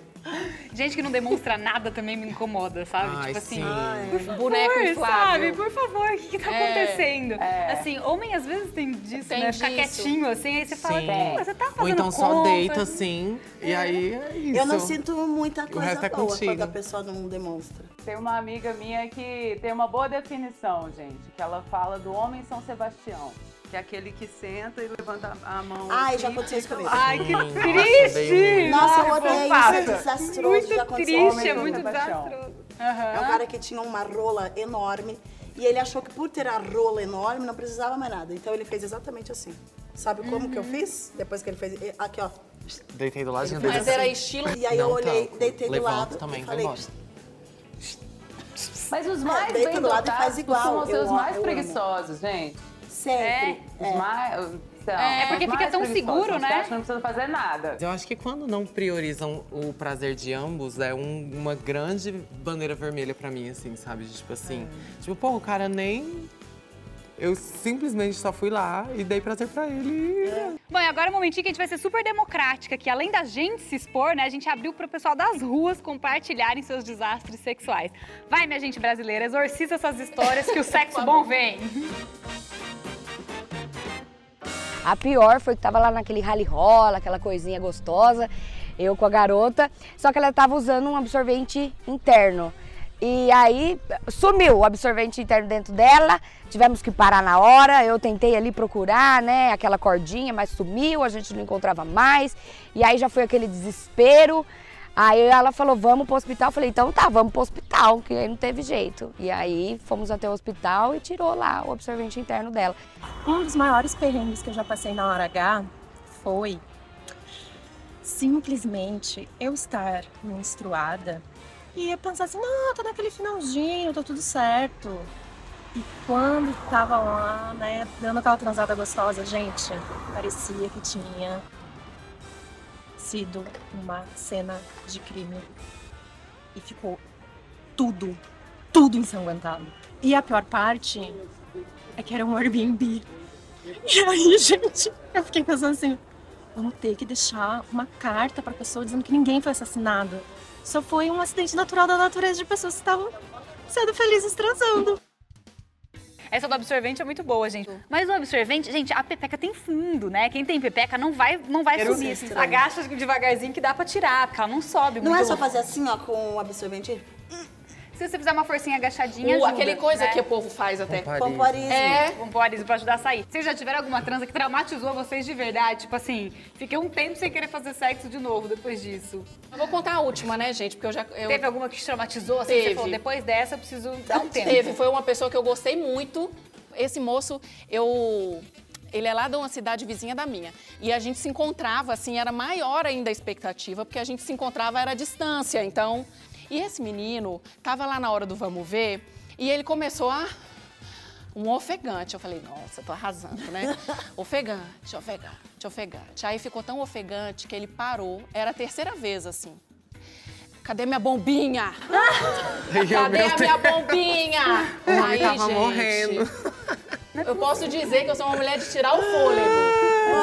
Speaker 1: Gente que não demonstra nada também me incomoda, sabe?
Speaker 3: Ai,
Speaker 1: tipo assim.
Speaker 3: sim.
Speaker 1: Por favor,
Speaker 4: Boneco
Speaker 1: sabe?
Speaker 4: inflável.
Speaker 1: Por favor, o que, que tá
Speaker 4: É,
Speaker 1: acontecendo? Assim, homem às vezes tem disso,
Speaker 4: Tem
Speaker 1: né? Ficar
Speaker 4: disso.
Speaker 1: quietinho, assim, aí você fala,
Speaker 3: Sim.
Speaker 1: "Pô, você tá fazendo
Speaker 3: Ou então só
Speaker 1: conta,
Speaker 3: deita assim, e aí é isso.
Speaker 2: Eu não sinto muita coisa
Speaker 3: resto é
Speaker 2: boa
Speaker 3: contigo.
Speaker 2: quando a pessoa não demonstra.
Speaker 5: Tem uma amiga minha que tem uma boa definição, gente, que ela fala do homem São Sebastião, que é aquele que senta e levanta a mão.
Speaker 2: Ai,
Speaker 5: assim,
Speaker 2: já aconteceu isso
Speaker 5: fica
Speaker 2: comigo.
Speaker 5: lá.
Speaker 1: Ai, que
Speaker 3: Nossa,
Speaker 1: triste!
Speaker 3: bem-
Speaker 2: Nossa, eu
Speaker 1: Ai,
Speaker 2: odeio,
Speaker 1: fofaça.
Speaker 2: isso é desastroso, já
Speaker 1: Ah, Muito
Speaker 2: aconteceu.
Speaker 1: triste, é
Speaker 5: Homem
Speaker 1: muito
Speaker 5: com paixão.
Speaker 1: desastroso.
Speaker 2: É um cara que tinha uma rola enorme e ele achou que por ter a rola enorme não precisava mais nada. Então ele fez exatamente assim. Sabe como que eu
Speaker 1: Uhum.
Speaker 2: fiz? Depois que ele fez. e- Aqui, ó.
Speaker 3: Deitei do ladinho dele.
Speaker 4: Mas era
Speaker 1: Assim,
Speaker 4: estilo.
Speaker 2: E aí eu
Speaker 3: Não,
Speaker 2: olhei,
Speaker 3: tá.
Speaker 2: deitei do
Speaker 3: Levanta
Speaker 2: lado.
Speaker 3: também,
Speaker 2: e
Speaker 3: vai
Speaker 2: falei,
Speaker 3: embora.
Speaker 5: Mas os mais
Speaker 2: é, deita
Speaker 5: bem
Speaker 2: do lado e
Speaker 5: dotados
Speaker 2: faz igual.
Speaker 5: são os
Speaker 2: Eu
Speaker 5: seus
Speaker 2: amo,
Speaker 5: mais
Speaker 2: eu amo. É.
Speaker 5: preguiçosos, gente.
Speaker 2: sempre.
Speaker 5: Os mais... são
Speaker 1: É,
Speaker 5: os
Speaker 1: porque fica
Speaker 5: mais
Speaker 1: tão
Speaker 5: preguiçosos,
Speaker 1: seguro,
Speaker 5: os que
Speaker 1: né?
Speaker 5: acham que não precisa fazer nada.
Speaker 3: Eu acho que quando não priorizam o prazer de ambos, é um- uma grande bandeira vermelha pra mim, assim, sabe? De, Tipo assim,
Speaker 1: É.
Speaker 3: tipo, pô, o cara nem. Eu simplesmente só fui lá e dei prazer pra
Speaker 1: (laughs)
Speaker 3: ele.
Speaker 1: Bom, e agora é um momentinho que a gente vai ser super democrática, que além da gente se expor, né, a gente abriu pro pessoal das ruas compartilharem seus desastres sexuais. Vai, minha gente brasileira, exorciza essas histórias que o sexo bom vem.
Speaker 9: A pior foi que tava lá naquele rally-rola, aquela coisinha gostosa, eu com a garota, só que ela tava usando um absorvente interno. E aí sumiu o absorvente interno dentro dela, tivemos que parar na hora. Eu tentei ali procurar, né, aquela cordinha, mas sumiu, a gente não encontrava mais. E aí já foi aquele desespero. Aí ela falou, vamos pro hospital. Eu falei, então tá, vamos pro hospital, que aí não teve jeito. E aí fomos até o hospital e tirou lá o absorvente interno dela.
Speaker 10: Um dos maiores perrengues que eu já passei na hora H foi simplesmente eu estar menstruada e eu pensar assim, não, tá naquele finalzinho, tá tudo certo. E quando tava lá, né, dando aquela transada gostosa, gente, parecia que tinha sido uma cena de crime. E ficou tudo tudo ensanguentado. E a pior parte é que era um Airbnb. E aí, (laughs) gente, eu fiquei pensando assim: vamos ter que deixar uma carta pra pessoa dizendo que ninguém foi assassinado. Só foi um acidente natural da natureza de pessoas que estavam sendo felizes transando.
Speaker 1: Essa do absorvente é muito boa, gente. Mas o absorvente, gente, a pepeca tem fundo, né? Quem tem pepeca não vai, não vai
Speaker 2: Era um
Speaker 1: subir.
Speaker 2: misto, né?
Speaker 1: Agacha devagarzinho que dá pra tirar, porque ela não sobe
Speaker 2: Não
Speaker 1: muito.
Speaker 2: é só fazer assim, ó, com o absorvente.
Speaker 1: Se você fizer uma forcinha agachadinha,
Speaker 4: O-
Speaker 1: ajuda,
Speaker 4: Uh, aquele coisa
Speaker 1: né?
Speaker 4: que o povo faz até.
Speaker 2: Pompoarismo.
Speaker 4: É.
Speaker 1: Um Boris pra ajudar a sair. Vocês já tiveram alguma transa que traumatizou vocês de verdade? Tipo assim, fiquei um tempo sem querer fazer sexo de novo depois disso.
Speaker 4: Eu vou contar a última, né, gente? Porque eu já. eu-
Speaker 1: Teve alguma que te traumatizou? Assim,
Speaker 4: Teve.
Speaker 1: Você falou, depois dessa eu preciso dar um tempo.
Speaker 4: Teve, foi uma pessoa que eu gostei muito. Esse moço, eu. Ele é lá de uma cidade vizinha da minha. E a gente se encontrava, assim, era maior ainda a expectativa, porque a gente se encontrava era à distância, então. E esse menino tava lá na hora do vamos ver, e ele começou a. Um ofegante. Eu falei, nossa, tô arrasando, né? ofegante, ofegante, ofegante. Aí ficou tão ofegante que ele parou. Era a terceira vez, assim. Cadê minha bombinha?
Speaker 3: Ai, eu,
Speaker 4: Cadê
Speaker 3: meu
Speaker 4: a
Speaker 3: Deus.
Speaker 4: minha bombinha?
Speaker 3: (laughs) Eu
Speaker 4: Aí,
Speaker 3: tava
Speaker 4: gente,
Speaker 3: morrendo.
Speaker 4: Eu posso dizer que eu sou uma mulher de tirar o fôlego.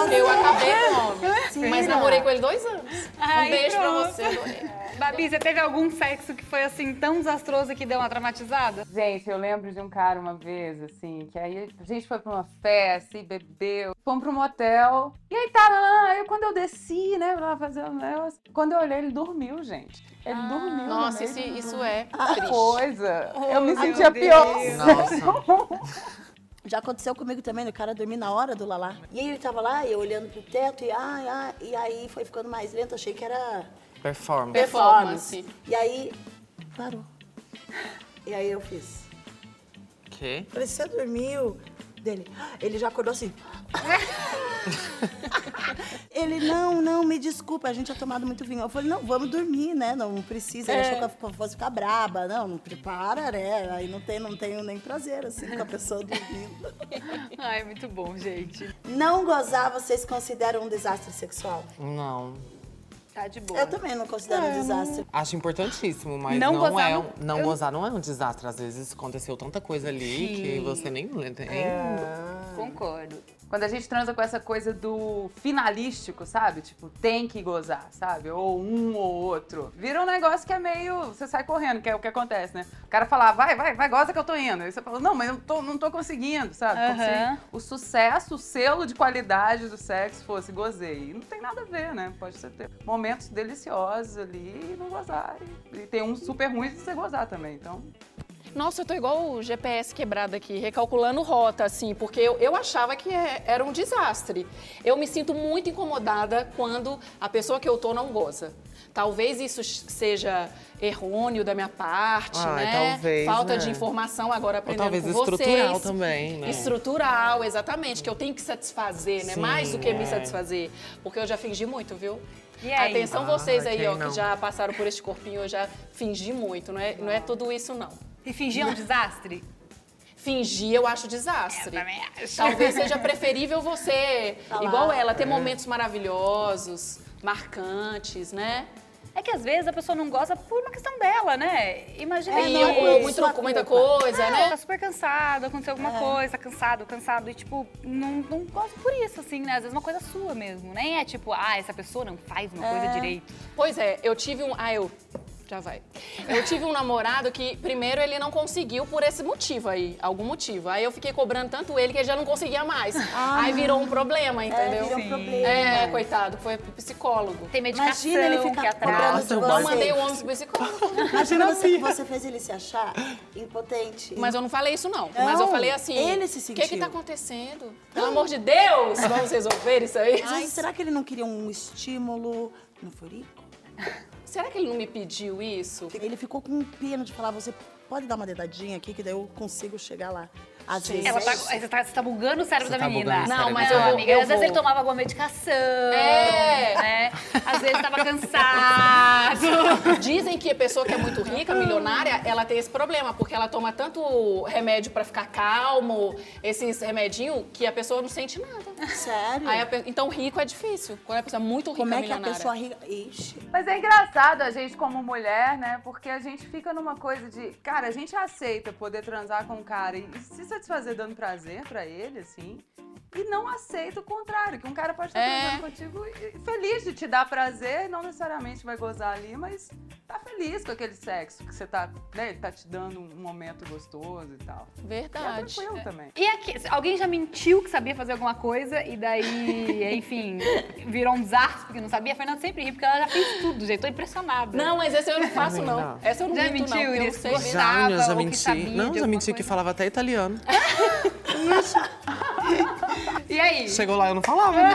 Speaker 4: Porque eu acabei com o homem. Mas namorei com ele dois anos.
Speaker 1: Ai,
Speaker 4: um beijo
Speaker 1: pronto.
Speaker 4: pra você. Lorena.
Speaker 1: Babi, você teve algum sexo que foi assim tão desastroso que deu uma traumatizada?
Speaker 5: Gente, eu lembro de um cara uma vez, assim, que aí a gente foi pra uma festa e bebeu, fomos pra um motel. E aí tá lá, aí quando eu desci, né, pra lá fazer o negócio, quando eu olhei, ele dormiu, gente. Ele dormiu. no
Speaker 4: Nossa,
Speaker 5: meio
Speaker 4: esse-
Speaker 5: do-
Speaker 4: isso é
Speaker 5: Que
Speaker 4: triste.
Speaker 5: coisa. eu me
Speaker 1: meu
Speaker 5: sentia
Speaker 1: Deus.
Speaker 5: pior.
Speaker 3: Nossa.
Speaker 5: (laughs)
Speaker 2: Já aconteceu comigo também, né? o cara dormir na hora do Lalá. E aí ele tava lá, e eu olhando pro teto, e, ai, ai, e aí foi ficando mais lento, achei que era
Speaker 3: Performance.
Speaker 4: Performance.
Speaker 2: E aí parou. E aí eu fiz.
Speaker 3: Quê?
Speaker 2: Falei, você dormiu? Dele. "Ah", Ele já acordou
Speaker 1: (laughs)
Speaker 2: assim. Ele, não, não, me desculpa, a gente tinha tomado muito vinho. Eu falei, não, vamos dormir, né? Não precisa.
Speaker 1: É.
Speaker 2: Ele achou que eu fosse ficar braba. Não, não prepara, né? Aí não, tem, não tenho nem prazer, assim, com a pessoa dormindo.
Speaker 1: (laughs) Ai, muito bom, gente.
Speaker 2: Não gozar, vocês consideram um desastre sexual?
Speaker 3: Não.
Speaker 1: Tá de boa. É,
Speaker 2: Eu também não considero um desastre.
Speaker 3: Acho importantíssimo, mas
Speaker 1: Não
Speaker 3: não,
Speaker 1: gozar
Speaker 3: é
Speaker 1: não-
Speaker 3: um, não gozar não é um desastre. Às vezes aconteceu tanta coisa ali que você nem lembra.
Speaker 1: É. Concordo.
Speaker 5: Quando a gente transa com essa coisa do finalístico, sabe? Tipo, tem que gozar, sabe? Ou um ou outro. Vira um negócio que é meio. Você sai correndo, que é o que acontece, né? O cara fala, vai, vai, vai, goza que eu tô indo. Aí você fala, não, mas eu tô- não tô conseguindo, sabe? Como
Speaker 1: Aham.
Speaker 5: se o sucesso, o selo de qualidade do sexo fosse gozei. E não tem nada a ver, né? Pode ser ter momentos deliciosos ali e não gozar. E, e tem um super ruim de você gozar também, então.
Speaker 4: Nossa, eu tô igual o GPS quebrado aqui, recalculando rota, assim, porque eu, eu achava que é- era um desastre. Eu me sinto muito incomodada quando a pessoa que eu tô não goza. Talvez isso seja errôneo da minha parte,
Speaker 3: Ai,
Speaker 4: né?
Speaker 3: talvez,
Speaker 4: Falta de
Speaker 3: né?
Speaker 4: informação agora aprendendo
Speaker 3: talvez
Speaker 4: com vocês.
Speaker 3: estrutural também, né?
Speaker 4: Estrutural, exatamente, que eu tenho que satisfazer, né?
Speaker 3: Sim,
Speaker 4: Mais do que me
Speaker 3: é.
Speaker 4: satisfazer, porque eu já fingi muito, viu?
Speaker 1: E aí?
Speaker 4: Atenção
Speaker 3: Ah,
Speaker 4: vocês aí,
Speaker 3: quem
Speaker 4: ó,
Speaker 3: não?
Speaker 4: que já passaram por este corpinho, eu já fingi muito, não é, não é tudo isso não.
Speaker 1: E fingir é um desastre?
Speaker 4: Fingir eu acho desastre.
Speaker 2: É,
Speaker 1: Eu também acho.
Speaker 4: Talvez seja preferível você,
Speaker 2: Tá lá.
Speaker 4: igual ela, ter momentos maravilhosos, marcantes, né?
Speaker 1: É que às vezes a pessoa não goza por uma questão dela, né? Imagina
Speaker 2: É,
Speaker 4: e
Speaker 1: que...
Speaker 2: não,
Speaker 4: eu,
Speaker 2: é
Speaker 4: muito,
Speaker 2: sua
Speaker 4: muita
Speaker 2: culpa.
Speaker 4: coisa,
Speaker 1: Ah,
Speaker 4: né?
Speaker 1: Tá super cansado, aconteceu alguma coisa, tá cansado, cansado. E, tipo, não, não gosto por isso, assim, né? Às vezes é uma coisa sua mesmo. Nem é tipo, ah, essa pessoa não faz uma coisa direito.
Speaker 4: Pois é, eu tive um. Ah, eu. Já vai. Eu tive um namorado que, primeiro, ele não conseguiu por esse motivo aí, algum motivo. Aí eu fiquei cobrando tanto ele que ele já não conseguia mais. aí virou um problema,
Speaker 2: Ah. É,
Speaker 4: entendeu?
Speaker 2: vira um problema.
Speaker 4: É, coitado, foi pro psicólogo.
Speaker 1: Tem medicação
Speaker 2: Imagina ele ficar
Speaker 1: que é atrasa.
Speaker 2: cobrando de
Speaker 3: Nossa, eu
Speaker 2: você.
Speaker 4: Não mandei o homem pro psicólogo.
Speaker 2: Imagina você, você fez ele se achar impotente.
Speaker 4: Mas eu não falei isso, não.
Speaker 2: Não,
Speaker 4: Mas eu falei assim.
Speaker 2: ele se
Speaker 4: O que que
Speaker 2: sentiu.
Speaker 4: tá acontecendo? Pelo amor de Deus! Vamos resolver isso aí?
Speaker 2: Às
Speaker 4: (laughs)
Speaker 2: vezes, será que ele não queria um estímulo no furico?
Speaker 4: Será que ele não me pediu isso?
Speaker 2: um Ele ficou com pena de falar, você pode dar uma dedadinha aqui que daí eu consigo chegar lá. Às vezes
Speaker 1: Ela
Speaker 2: é
Speaker 1: tá,
Speaker 2: isso.
Speaker 1: você, tá, você tá bugando o cérebro
Speaker 3: Você
Speaker 1: da
Speaker 3: tá
Speaker 1: menina.
Speaker 3: bugando o
Speaker 1: não,
Speaker 3: cérebro
Speaker 1: mas
Speaker 3: dela.
Speaker 1: ô, amiga,
Speaker 4: Eu
Speaker 1: às vezes ele
Speaker 4: vou.
Speaker 1: tomava alguma medicação.
Speaker 4: É.
Speaker 1: Né? Às vezes tava cansado.
Speaker 4: (laughs) Dizem que a pessoa que é muito rica, milionária, ela tem esse problema, porque ela toma tanto remédio pra ficar calmo, esses remedinhos, que a pessoa não sente nada.
Speaker 2: Sério?
Speaker 4: Aí a pe- então, rico é difícil. Quando a pessoa é muito rica,
Speaker 2: Hum. Como é que a
Speaker 4: milionária.
Speaker 2: pessoa rica. Ixi.
Speaker 5: Mas é engraçado a gente como mulher, né? Porque a gente fica numa coisa de, cara, a gente aceita poder transar com um cara e se satisfazer dando prazer pra ele, assim. E não aceita o contrário, que um cara pode estar
Speaker 4: É.
Speaker 5: transando contigo e- feliz de te dar prazer, não necessariamente vai gozar ali, mas tá feliz com aquele sexo que você tá, né, ele tá te dando um momento gostoso e tal. E é
Speaker 4: Verdade.
Speaker 5: tranquilo também.
Speaker 1: E aqui, alguém já mentiu que sabia fazer alguma coisa e daí, enfim, virou um desastre porque não sabia? A Fernanda sempre ri porque ela já fez tudo, gente. Tô impressionada.
Speaker 4: Não, mas essa eu não faço, não. Essa eu não
Speaker 1: Já
Speaker 4: minto, não.
Speaker 1: mentiu,
Speaker 4: porque Eu
Speaker 1: Iris?
Speaker 4: sei
Speaker 1: Você
Speaker 4: mesmo.
Speaker 1: gostava
Speaker 3: Já, eu já
Speaker 1: ou que
Speaker 3: menti.
Speaker 1: sabia de
Speaker 3: não, já
Speaker 1: alguma
Speaker 3: menti que
Speaker 1: coisa?
Speaker 3: falava até italiano.
Speaker 1: E aí?
Speaker 3: Chegou lá, eu não falava, né?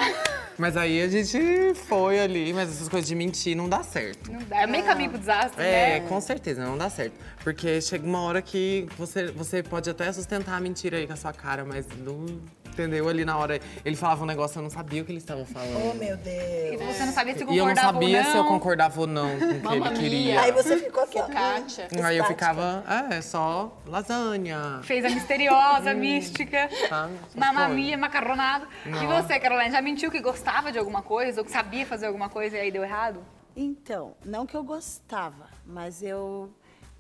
Speaker 3: Mas aí a gente foi ali, mas essas coisas de mentir não dá certo.
Speaker 1: Não dá. É meio caminho pro desastre,
Speaker 3: É,
Speaker 1: né?
Speaker 3: com certeza, não dá certo. Porque chega uma hora que você, você pode até sustentar a mentira aí com a sua cara, mas não entendeu ali na hora. Ele falava um negócio, eu não sabia o que eles estavam falando.
Speaker 2: Oh, meu Deus.
Speaker 1: E você não sabia se
Speaker 3: e eu não
Speaker 1: concordava
Speaker 3: sabia
Speaker 1: ou não.
Speaker 3: se eu concordava ou não com o que
Speaker 4: Mamma
Speaker 3: ele
Speaker 4: mia.
Speaker 3: queria.
Speaker 2: Aí você ficou aqui. ó.
Speaker 4: Kátia.
Speaker 3: Aí eu
Speaker 2: estática.
Speaker 3: ficava, é, só lasanha.
Speaker 1: Fez
Speaker 3: (laughs)
Speaker 1: a misteriosa, mística,
Speaker 3: sabe? Hum. Tá, Essas
Speaker 1: mamamia, macarronado. E
Speaker 3: Não.
Speaker 1: você, Caroline, já mentiu que gostava de alguma coisa ou que sabia fazer alguma coisa e aí deu errado?
Speaker 2: Então, não que eu gostava, mas eu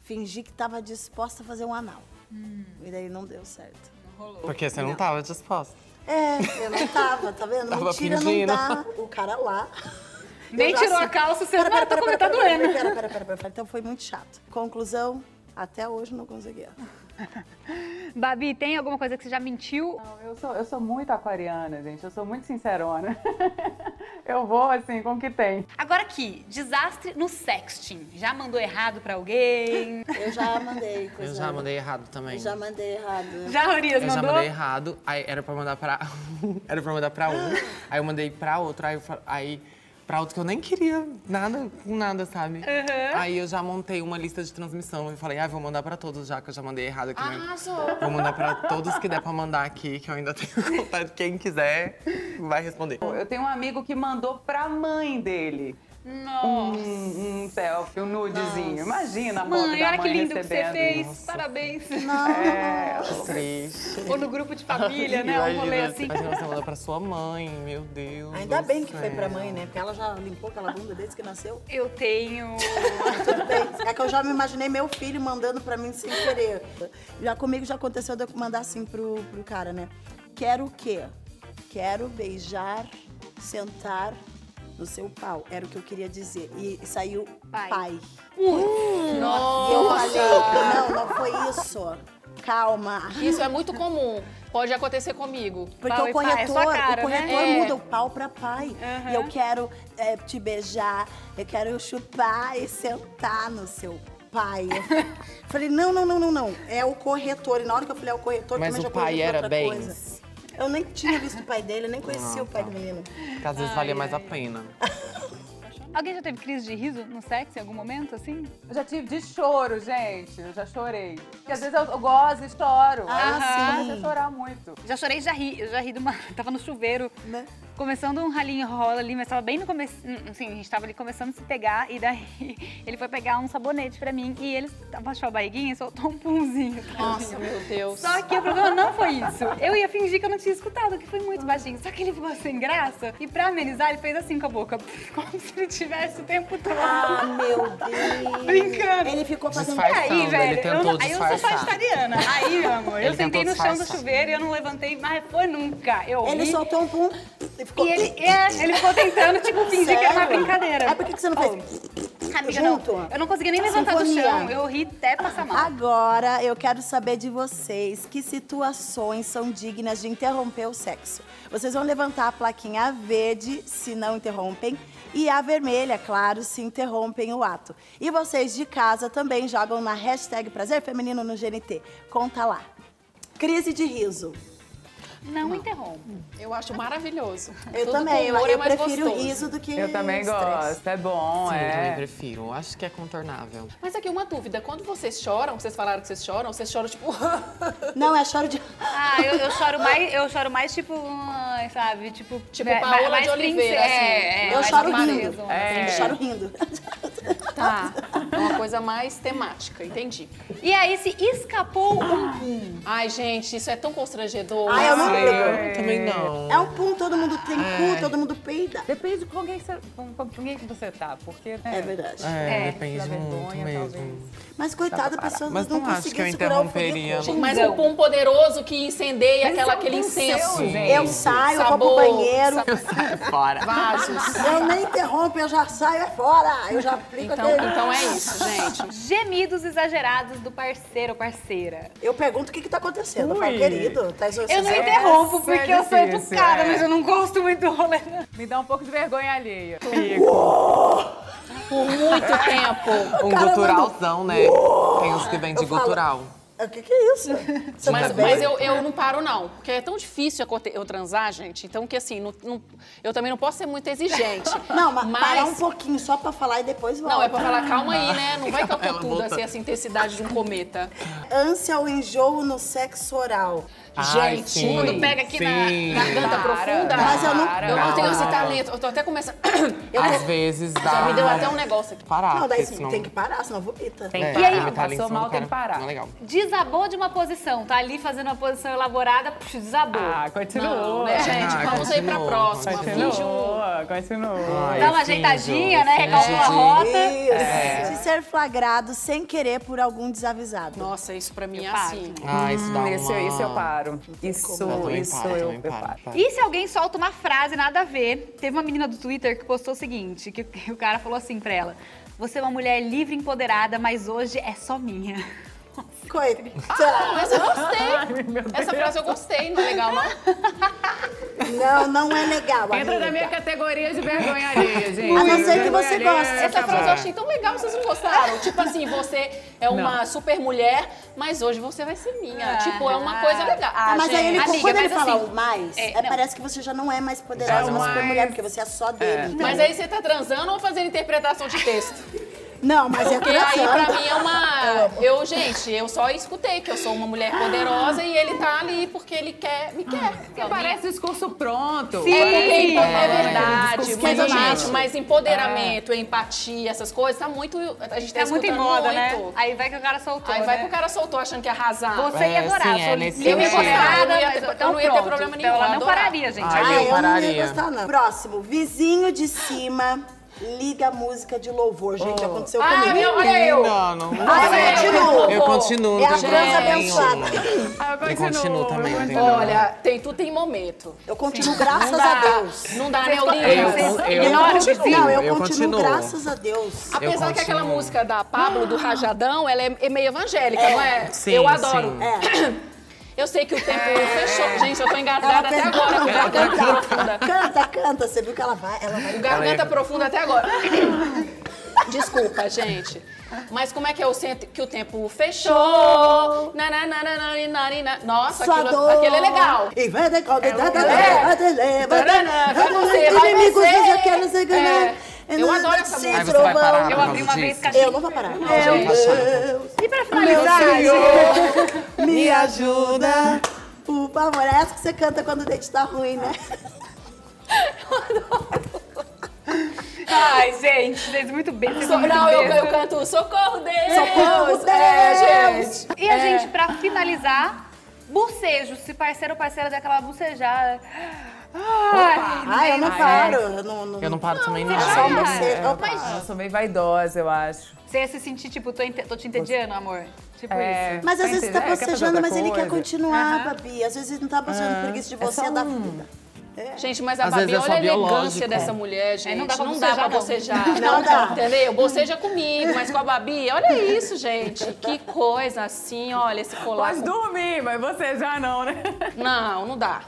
Speaker 2: fingi que estava disposta a fazer um anal.
Speaker 4: Hum.
Speaker 2: E daí não deu certo.
Speaker 3: coisas. Porque você não tava disposta.
Speaker 2: É, eu não tava, tá vendo?
Speaker 3: Tava
Speaker 2: Mentira
Speaker 3: fingindo.
Speaker 2: não dá. O cara lá.
Speaker 1: Nem
Speaker 2: Eu já
Speaker 1: tirou a
Speaker 2: sei.
Speaker 1: calça, você não tá como
Speaker 2: pera,
Speaker 1: tá doendo.
Speaker 2: Pera, pera, pera, pera, pera. Então foi muito chato. Conclusão, até hoje não consegui.
Speaker 1: Babi, tem alguma coisa que você já mentiu?
Speaker 5: Não, eu sou, eu sou muito aquariana, gente. Eu sou muito sincerona. (laughs) eu vou, assim, com o que tem.
Speaker 1: Agora aqui, desastre no sexting. Já mandou errado pra alguém?
Speaker 2: Eu já mandei coisa.
Speaker 3: Eu já mandei errado também.
Speaker 2: Eu é. já mandei errado.
Speaker 1: (laughs) Já, Rorias,
Speaker 3: Eu já
Speaker 1: mandou?
Speaker 3: mandei errado, aí era pra mandar pra. (laughs) era pra mandar pra um, aí eu mandei pra outro, aí, eu fa- aí pra outro que eu nem queria nada com nada, sabe? Aí eu já montei uma lista de transmissão e falei, ah, vou mandar pra todos já, que eu já mandei errado aqui mesmo.
Speaker 4: Arrasou.
Speaker 3: Vou mandar pra todos que der pra mandar aqui, que eu ainda (laughs) tenho contato. Quem quiser vai responder.
Speaker 5: Eu tenho um amigo que mandou pra mãe dele
Speaker 1: Nossa.
Speaker 5: um, um selfie, um nudezinho. Imagina a foto
Speaker 1: Mãe,
Speaker 5: da
Speaker 1: olha
Speaker 5: mãe
Speaker 1: que lindo que você
Speaker 5: recebendo.
Speaker 1: fez. (laughs) Parabéns.
Speaker 3: É, Triste.
Speaker 1: Ou no grupo de família, né? Um rolê
Speaker 3: Imagina,
Speaker 1: assim.
Speaker 3: imagina você mandar pra sua mãe, meu Deus.
Speaker 2: Ainda
Speaker 3: do
Speaker 2: bem que foi
Speaker 3: céu.
Speaker 2: pra mãe, né? Porque ela já limpou aquela bunda desde que nasceu.
Speaker 1: Eu tenho.
Speaker 2: Tudo bem. É que eu já me imaginei meu filho mandando pra mim sem querer. Já comigo já aconteceu de eu mandar assim pro, pro cara, né? Quero o quê? Quero beijar, sentar no seu pau. Era o que eu queria dizer. E saiu
Speaker 1: Pai.
Speaker 2: pai.
Speaker 4: Nossa.
Speaker 2: E eu falei, não, não foi isso. Calma.
Speaker 4: Isso é muito comum. Pode acontecer comigo.
Speaker 2: Porque
Speaker 1: Pau e
Speaker 2: o
Speaker 1: pai, é
Speaker 2: corretor,
Speaker 1: sua cara,
Speaker 2: o corretor
Speaker 1: né? É.
Speaker 2: muda o pau pra pai. E eu quero é, te beijar, eu quero chupar e sentar no seu pai. Eu (laughs) falei, não, não, não, não, não. É o corretor. E na hora que eu falei, é o corretor,
Speaker 3: Mas
Speaker 2: também
Speaker 3: o
Speaker 2: já corri
Speaker 3: pai
Speaker 2: pra
Speaker 3: era
Speaker 2: outra
Speaker 3: bem? Ah, tá.
Speaker 2: coisa. Eu nem tinha visto o pai dele, eu nem conhecia o pai do menino.
Speaker 3: Porque às vezes valia mais a pena.
Speaker 1: (laughs) Alguém já teve crise de riso no sexo em algum momento, assim?
Speaker 5: Eu já tive de choro, gente. Eu já chorei. Porque às vezes eu, eu gozo e choro.
Speaker 2: Ah,
Speaker 5: Aí eu comecei a
Speaker 2: sim.
Speaker 5: chorar muito.
Speaker 1: Já chorei e já ri. Eu já ri de uma. (laughs) Tava no chuveiro,
Speaker 2: Né?
Speaker 1: começando um ralinho rola ali, mas tava bem no começo. hum, Assim, a gente tava ali começando a se pegar, e daí (laughs) ele foi pegar um sabonete pra mim e ele abaixou a barriguinha e soltou um punzinho.
Speaker 4: Nossa, meu Deus.
Speaker 1: Só que o problema não foi isso. Eu ia fingir que eu não tinha escutado, que foi muito baixinho. Só que ele ficou sem graça. E pra amenizar, ele fez assim com a boca. (laughs) Como se ele tivesse o tempo todo.
Speaker 2: Ah, meu Deus.
Speaker 1: Brincando.
Speaker 2: Ele ficou fazendo...
Speaker 3: Disfarçado.
Speaker 1: Aí,
Speaker 3: Ele
Speaker 1: velho,
Speaker 3: tentou
Speaker 1: eu, não- aí eu sou
Speaker 3: disfarçar.
Speaker 1: sagitariana. Aí, meu amor, eu
Speaker 3: Ele
Speaker 1: sentei
Speaker 3: tentou
Speaker 1: no chão do
Speaker 3: disfarçar.
Speaker 1: chuveiro e eu não levantei, mas foi nunca. Eu
Speaker 2: Ele
Speaker 1: ri.
Speaker 2: soltou um pum e ficou...
Speaker 1: E ele, é, ele ficou tentando, tipo, fingir
Speaker 2: é
Speaker 1: que era uma
Speaker 2: Sério?
Speaker 1: brincadeira.
Speaker 2: Ah, por que que você não fez?
Speaker 1: Amiga, não.
Speaker 2: junto?
Speaker 1: Eu não conseguia nem levantar do
Speaker 2: Sinfonia. Ah.
Speaker 1: chão. Eu ri até passar mal.
Speaker 2: Agora eu quero saber de vocês que situações são dignas de interromper o sexo. Vocês vão levantar a plaquinha verde se não interrompem e a vermelha, claro, se interrompem o ato. E vocês de casa também jogam na hashtag Prazer Feminino no GNT. Conta lá. Crise de riso.
Speaker 1: Não, interrompo.
Speaker 4: Eu acho maravilhoso.
Speaker 2: Eu
Speaker 4: Todo
Speaker 2: também,
Speaker 4: com
Speaker 2: eu,
Speaker 4: humor é
Speaker 2: eu
Speaker 4: mais
Speaker 2: prefiro
Speaker 4: gostoso.
Speaker 2: riso do que
Speaker 5: Eu também
Speaker 2: estresse.
Speaker 5: gosto, é bom,
Speaker 3: Sim, eu também
Speaker 5: é.
Speaker 3: prefiro. Acho que é contornável.
Speaker 4: Mas aqui uma dúvida, quando vocês choram, vocês falaram que vocês choram, vocês choram tipo...
Speaker 2: Não, é choro de...
Speaker 1: Ah, eu, eu choro mais, eu choro mais tipo, ai, sabe, tipo,
Speaker 4: Tipo
Speaker 1: né,
Speaker 4: Paola
Speaker 1: ma- mais
Speaker 4: de Oliveira,
Speaker 1: princesa.
Speaker 4: assim.
Speaker 1: É, é,
Speaker 2: eu
Speaker 1: mais
Speaker 2: choro
Speaker 1: princesa.
Speaker 2: rindo.
Speaker 5: É.
Speaker 2: Eu choro rindo. (laughs) Ah,
Speaker 4: tá, é uma coisa mais temática, entendi.
Speaker 1: E aí se escapou um pum.
Speaker 4: Ai, gente, isso é tão constrangedor.
Speaker 2: Ai,
Speaker 5: Ah,
Speaker 2: eu não
Speaker 3: Ai,
Speaker 2: ligo.
Speaker 3: Ah, eu também não.
Speaker 2: É um pum, todo mundo tem
Speaker 3: É.
Speaker 2: cu, todo mundo peida.
Speaker 5: Depende de com quem você, com, com quem que você tá, porque, né?
Speaker 2: É verdade.
Speaker 3: É,
Speaker 1: É,
Speaker 5: da
Speaker 3: depende muito
Speaker 5: vergonha,
Speaker 3: mesmo.
Speaker 5: talvez.
Speaker 2: Mas coitada, a
Speaker 5: Dá pra
Speaker 2: pessoa
Speaker 3: Tá, Mas
Speaker 2: não,
Speaker 3: não acho
Speaker 2: conseguiu
Speaker 3: que eu
Speaker 2: segurar o
Speaker 3: interromperia.
Speaker 2: fogo.
Speaker 4: Gente, mas um pum poderoso que incendeia
Speaker 2: é um
Speaker 4: aquela, aquele incenso.
Speaker 2: Eu saio, eu vou pro
Speaker 4: Sabor,
Speaker 2: banheiro,
Speaker 4: sabor.
Speaker 3: É Fora.
Speaker 4: Vasos.
Speaker 2: eu nem interrompo, eu já saio, é fora. Eu já aplico
Speaker 4: Então,
Speaker 2: aquele...
Speaker 4: então é isso, gente.
Speaker 1: Gemidos exagerados do parceiro ou parceira. É
Speaker 2: Eu pergunto o que que tá acontecendo. Eu falo, querido, tá
Speaker 1: Eu não
Speaker 2: exorcizando.
Speaker 1: interrompo porque eu sou
Speaker 5: difícil,
Speaker 1: educada,
Speaker 5: é.
Speaker 1: mas eu não gosto muito do rolê. não.
Speaker 5: Me dá um pouco de vergonha alheia.
Speaker 4: Por muito tempo.
Speaker 3: Um
Speaker 2: cara
Speaker 3: guturalzão, né? Tem os que vêm de
Speaker 2: Eu falo-
Speaker 3: gutural.
Speaker 2: O que que é isso? Você
Speaker 4: Mas,
Speaker 2: tá bem?
Speaker 4: mas eu, eu não paro, não. Porque é tão difícil eu corte- eu transar, gente. Então, que assim, não- não- eu também não posso ser muito exigente.
Speaker 2: Não, mas, parar um pouquinho só pra falar e depois volta.
Speaker 4: Não, é pra falar, calma aí, né? Não vai que eu tô
Speaker 3: Ah. Ela
Speaker 4: tudo,
Speaker 3: volta.
Speaker 4: assim, essa intensidade de um cometa.
Speaker 2: Ânsia ou enjoo no sexo oral.
Speaker 3: Ai,
Speaker 4: gente,
Speaker 3: sim.
Speaker 4: quando pega aqui na
Speaker 3: Sim.
Speaker 4: garganta
Speaker 5: Para,
Speaker 4: profunda.
Speaker 2: Mas eu não-
Speaker 4: eu não tenho esse
Speaker 3: para. tá.
Speaker 4: talento. Eu tô até começando. (coughs) Eu
Speaker 3: Às
Speaker 4: tô-
Speaker 3: vezes dá.
Speaker 4: Já me deu até um negócio aqui.
Speaker 3: Parar.
Speaker 2: não, daí
Speaker 3: Ah, porque senão-
Speaker 2: tem que parar, senão vomita.
Speaker 5: Tem
Speaker 3: É,
Speaker 5: que parar.
Speaker 3: vomitar ali em
Speaker 5: Passou
Speaker 3: cima
Speaker 5: mal,
Speaker 3: do
Speaker 5: tem que
Speaker 3: cara,
Speaker 5: parar.
Speaker 3: Não é legal.
Speaker 1: Desabou de uma posição, tá ali fazendo uma posição elaborada, puf, desabou.
Speaker 5: Ah, continua.
Speaker 4: Não, né, gente?
Speaker 3: Ah,
Speaker 4: Vamos aí pra
Speaker 3: continua,
Speaker 4: próxima.
Speaker 3: continua.
Speaker 4: Finge um-
Speaker 5: Continua, continua.
Speaker 3: Ai,
Speaker 1: Dá uma
Speaker 3: finge,
Speaker 1: ajeitadinha, né?
Speaker 3: finge
Speaker 1: Recalcula a
Speaker 3: de-
Speaker 1: rota.
Speaker 2: Isso. De ser flagrado sem querer por algum desavisado.
Speaker 4: Nossa, isso pra mim é
Speaker 1: paro.
Speaker 4: assim.
Speaker 3: Ah, isso dá
Speaker 5: Hum,
Speaker 3: uma...
Speaker 5: esse, esse eu paro. Isso,
Speaker 3: Eu também
Speaker 5: isso
Speaker 3: paro,
Speaker 5: eu,
Speaker 3: também
Speaker 5: eu paro.
Speaker 3: paro.
Speaker 1: E se alguém solta uma frase nada a ver? Teve uma menina do Twitter que postou o seguinte, que, (laughs) que o cara falou assim pra ela. Você é uma mulher livre e empoderada, mas hoje é só minha.
Speaker 2: Coitada.
Speaker 4: Mas eu gostei. Essa frase eu gostei, não é legal, não?
Speaker 2: Não, não é legal,
Speaker 5: Entra na minha
Speaker 2: amiga.
Speaker 5: categoria de vergonha alheia, gente.
Speaker 2: A não ser que
Speaker 5: Vergonha
Speaker 2: você
Speaker 5: alheia,
Speaker 2: goste.
Speaker 4: Essa é
Speaker 5: acabou.
Speaker 4: frase eu achei tão legal, vocês não gostaram? Tipo assim, você é uma super mulher, mas hoje você vai ser minha. tipo, é uma coisa legal.
Speaker 2: Ah, mas aí ele,
Speaker 1: Amiga,
Speaker 2: quando ele
Speaker 1: mas
Speaker 2: fala
Speaker 1: assim,
Speaker 2: o mais,
Speaker 1: é,
Speaker 2: é,
Speaker 1: não.
Speaker 2: parece que você já não é mais poderosa,
Speaker 5: Já
Speaker 2: uma
Speaker 5: não é.
Speaker 2: super mulher, porque você é só dele.
Speaker 4: Mas aí você tá transando ou fazendo interpretação de texto?
Speaker 2: Não, mas é
Speaker 4: Porque aí
Speaker 2: transando.
Speaker 4: pra mim é uma. Eu, gente, eu só escutei que eu sou uma mulher poderosa e ele tá ali porque ele quer, me quer.
Speaker 5: Que Parece discurso pronto.
Speaker 4: É, porque
Speaker 5: Parece-
Speaker 4: empo- é,
Speaker 5: É,
Speaker 4: verdade,
Speaker 5: discurso
Speaker 4: mas,
Speaker 5: questionável.
Speaker 4: gente, mas empoderamento, empatia, essas coisas, tá muito. A gente tá
Speaker 1: É muito em
Speaker 4: escutando
Speaker 1: moda,
Speaker 4: muito.
Speaker 1: né? Aí vai que o cara soltou,
Speaker 4: Aí vai
Speaker 1: né?
Speaker 4: pro cara soltou achando que ia arrasar.
Speaker 1: Você ia
Speaker 3: É,
Speaker 1: adorar,
Speaker 3: sim,
Speaker 1: eu sou
Speaker 3: é nesse
Speaker 1: livre e
Speaker 3: sentido.
Speaker 4: Eu não
Speaker 1: empoderada,
Speaker 4: ia
Speaker 1: mas
Speaker 4: ter- eu
Speaker 1: então
Speaker 4: não ia ter
Speaker 1: pronto.
Speaker 4: problema
Speaker 1: Então ela
Speaker 4: nenhum,
Speaker 1: não
Speaker 4: eu adorava.
Speaker 1: pararia, gente.
Speaker 3: Ai,
Speaker 2: Ah,
Speaker 3: eu
Speaker 2: eu não ia
Speaker 3: pararia.
Speaker 2: gostar, não. Próximo, vizinho de cima, liga a música de louvor. Gente, aconteceu
Speaker 4: Ah,
Speaker 2: comigo.
Speaker 4: meu, olha eu.
Speaker 3: Não, não.
Speaker 2: Ah, eu continuo.
Speaker 3: Eu continuo.
Speaker 2: É a
Speaker 3: não tem
Speaker 2: trança
Speaker 3: problema nenhum.
Speaker 2: abençoada.
Speaker 5: Ah,
Speaker 3: Eu continuo também, não tem problema.
Speaker 4: Olha, tem, tudo tem momento.
Speaker 2: Eu continuo, graças
Speaker 4: dá.
Speaker 2: a Deus.
Speaker 4: Não dá,
Speaker 1: Vocês
Speaker 4: né, Uri?
Speaker 3: Eu,
Speaker 1: Vocês
Speaker 3: eu,
Speaker 2: Eu
Speaker 3: eu
Speaker 2: continuo, não, eu,
Speaker 3: eu
Speaker 2: continuo,
Speaker 3: continuo.
Speaker 2: graças a Deus.
Speaker 4: Apesar que
Speaker 3: continuo.
Speaker 4: aquela música da Pablo, do Rajadão, ela é é meio evangélica, não Ah. é?
Speaker 3: Sim,
Speaker 4: eu adoro.
Speaker 3: sim.
Speaker 4: Eu sei que o tempo fechou. Gente, eu tô engasgada até
Speaker 2: pegou-
Speaker 4: agora com garganta profunda.
Speaker 2: Canta, canta. Você viu que ela vai, ela vai.
Speaker 4: Garganta profunda até agora. (coughs) Desculpa, gente. Mas como é que é o centro que o tempo fechou? Na, na, na, na, na, na, na, na. Nossa,
Speaker 2: Sua
Speaker 4: aquilo,
Speaker 2: dor.
Speaker 4: aquele é legal.
Speaker 2: E vai de calda, da, da,
Speaker 4: é.
Speaker 2: da, da, leva, da,
Speaker 4: Vai
Speaker 2: vamos
Speaker 4: você,
Speaker 2: entre
Speaker 4: vai
Speaker 2: inimigos,
Speaker 4: você.
Speaker 2: eu já quero se ganhar.
Speaker 4: É. Eu adoro essa
Speaker 2: Se
Speaker 4: música.
Speaker 3: Aí você vai
Speaker 2: trovão.
Speaker 3: parar.
Speaker 1: Eu
Speaker 3: por causa
Speaker 1: abri uma vez
Speaker 3: disso?
Speaker 1: cachê.
Speaker 2: Eu não vou parar.
Speaker 3: gente.
Speaker 2: Deus,
Speaker 1: E pra
Speaker 2: meu
Speaker 1: finalizar,
Speaker 2: Senhor, me ajuda. O amor, é essa que você canta quando o dente tá ruim, né?
Speaker 1: ai, gente, vocês muito bem, vocês
Speaker 4: So-
Speaker 1: são muito
Speaker 4: não, eu,
Speaker 1: bem.
Speaker 4: eu canto Socorro Deus!
Speaker 2: Socorro, Deus!
Speaker 4: É, gente!
Speaker 1: E a gente, pra finalizar, bucejo. Se parceiro ou parceira der aquela bucejada. Ai,
Speaker 2: Ai, eu não paro. Eu não, não,
Speaker 3: Eu não paro também, não.
Speaker 2: É só um
Speaker 1: Ai,
Speaker 2: bocejo. Opa.
Speaker 5: Eu sou meio vaidosa, eu acho.
Speaker 1: Você ia se sentir, tipo, tô, inte- tô te entediando, amor. Tipo
Speaker 5: É,
Speaker 1: isso.
Speaker 2: Mas às vezes
Speaker 5: entendeu?
Speaker 2: tá
Speaker 5: É, quer fazer
Speaker 2: bocejando,
Speaker 5: outra
Speaker 2: mas ele quer
Speaker 5: coisa.
Speaker 3: Ah, um.
Speaker 2: continuar, Babi. Às vezes ele não tá bocejando por preguiça de você, é da vida.
Speaker 4: Gente, mas a
Speaker 3: Às
Speaker 4: Babi,
Speaker 3: vezes é
Speaker 4: olha
Speaker 3: só
Speaker 4: a
Speaker 3: biológico.
Speaker 4: elegância dessa mulher,
Speaker 2: É,
Speaker 4: gente.
Speaker 1: não dá pra
Speaker 4: não
Speaker 1: bocejar,
Speaker 4: dá pra
Speaker 1: não.
Speaker 4: bocejar.
Speaker 2: Não dá.
Speaker 4: Entendeu? Boceja comigo, mas com a Babi, olha isso, gente. Que coisa assim, olha esse colar.
Speaker 5: Pode
Speaker 4: com-
Speaker 5: dormir, mas você já não, né?
Speaker 4: Não, não dá.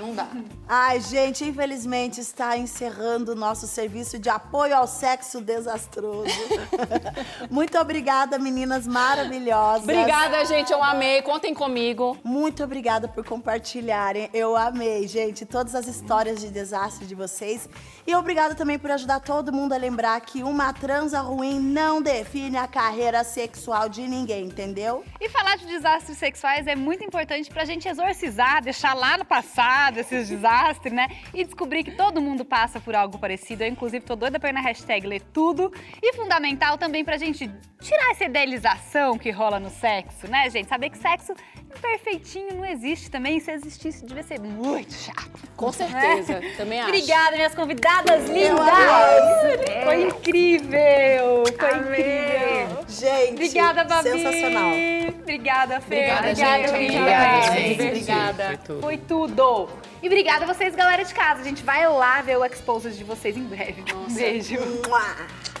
Speaker 4: Não dá.
Speaker 2: Ai, gente, infelizmente está encerrando o nosso serviço de apoio ao sexo desastroso. (laughs) Muito obrigada, meninas maravilhosas.
Speaker 4: Obrigada, gente. Eu amei. Contem comigo.
Speaker 2: Muito obrigada por compartilharem. Eu amei, gente, todas as histórias de desastre de vocês. E obrigada também por ajudar todo mundo a lembrar que uma transa ruim não define a carreira sexual de ninguém, entendeu?
Speaker 1: E falar de desastres sexuais é muito importante pra gente exorcizar, deixar lá no passado esses desastres, né? E descobrir que todo mundo passa por algo parecido. Eu, inclusive, tô doida pra ir na hashtag ler tudo. E fundamental também pra gente tirar essa idealização que rola no sexo, né, gente? Saber que sexo perfeitinho não existe também. Se existisse, devia ser muito chato.
Speaker 4: Com certeza. Também acho.
Speaker 1: Obrigada, minhas convidadas lindas! Foi incrível! Foi incrível!
Speaker 2: Gente,
Speaker 1: Obrigada, Babi.
Speaker 2: sensacional.
Speaker 1: Obrigada, Fer.
Speaker 4: Obrigada, gente.
Speaker 1: Camila.
Speaker 4: Obrigada,
Speaker 1: Foi
Speaker 4: gente.
Speaker 1: divertido.
Speaker 4: Obrigada.
Speaker 1: Foi tudo. E obrigada a vocês, galera de casa. A gente vai lá ver o Exposed de vocês em breve. Um beijo.
Speaker 2: Mua.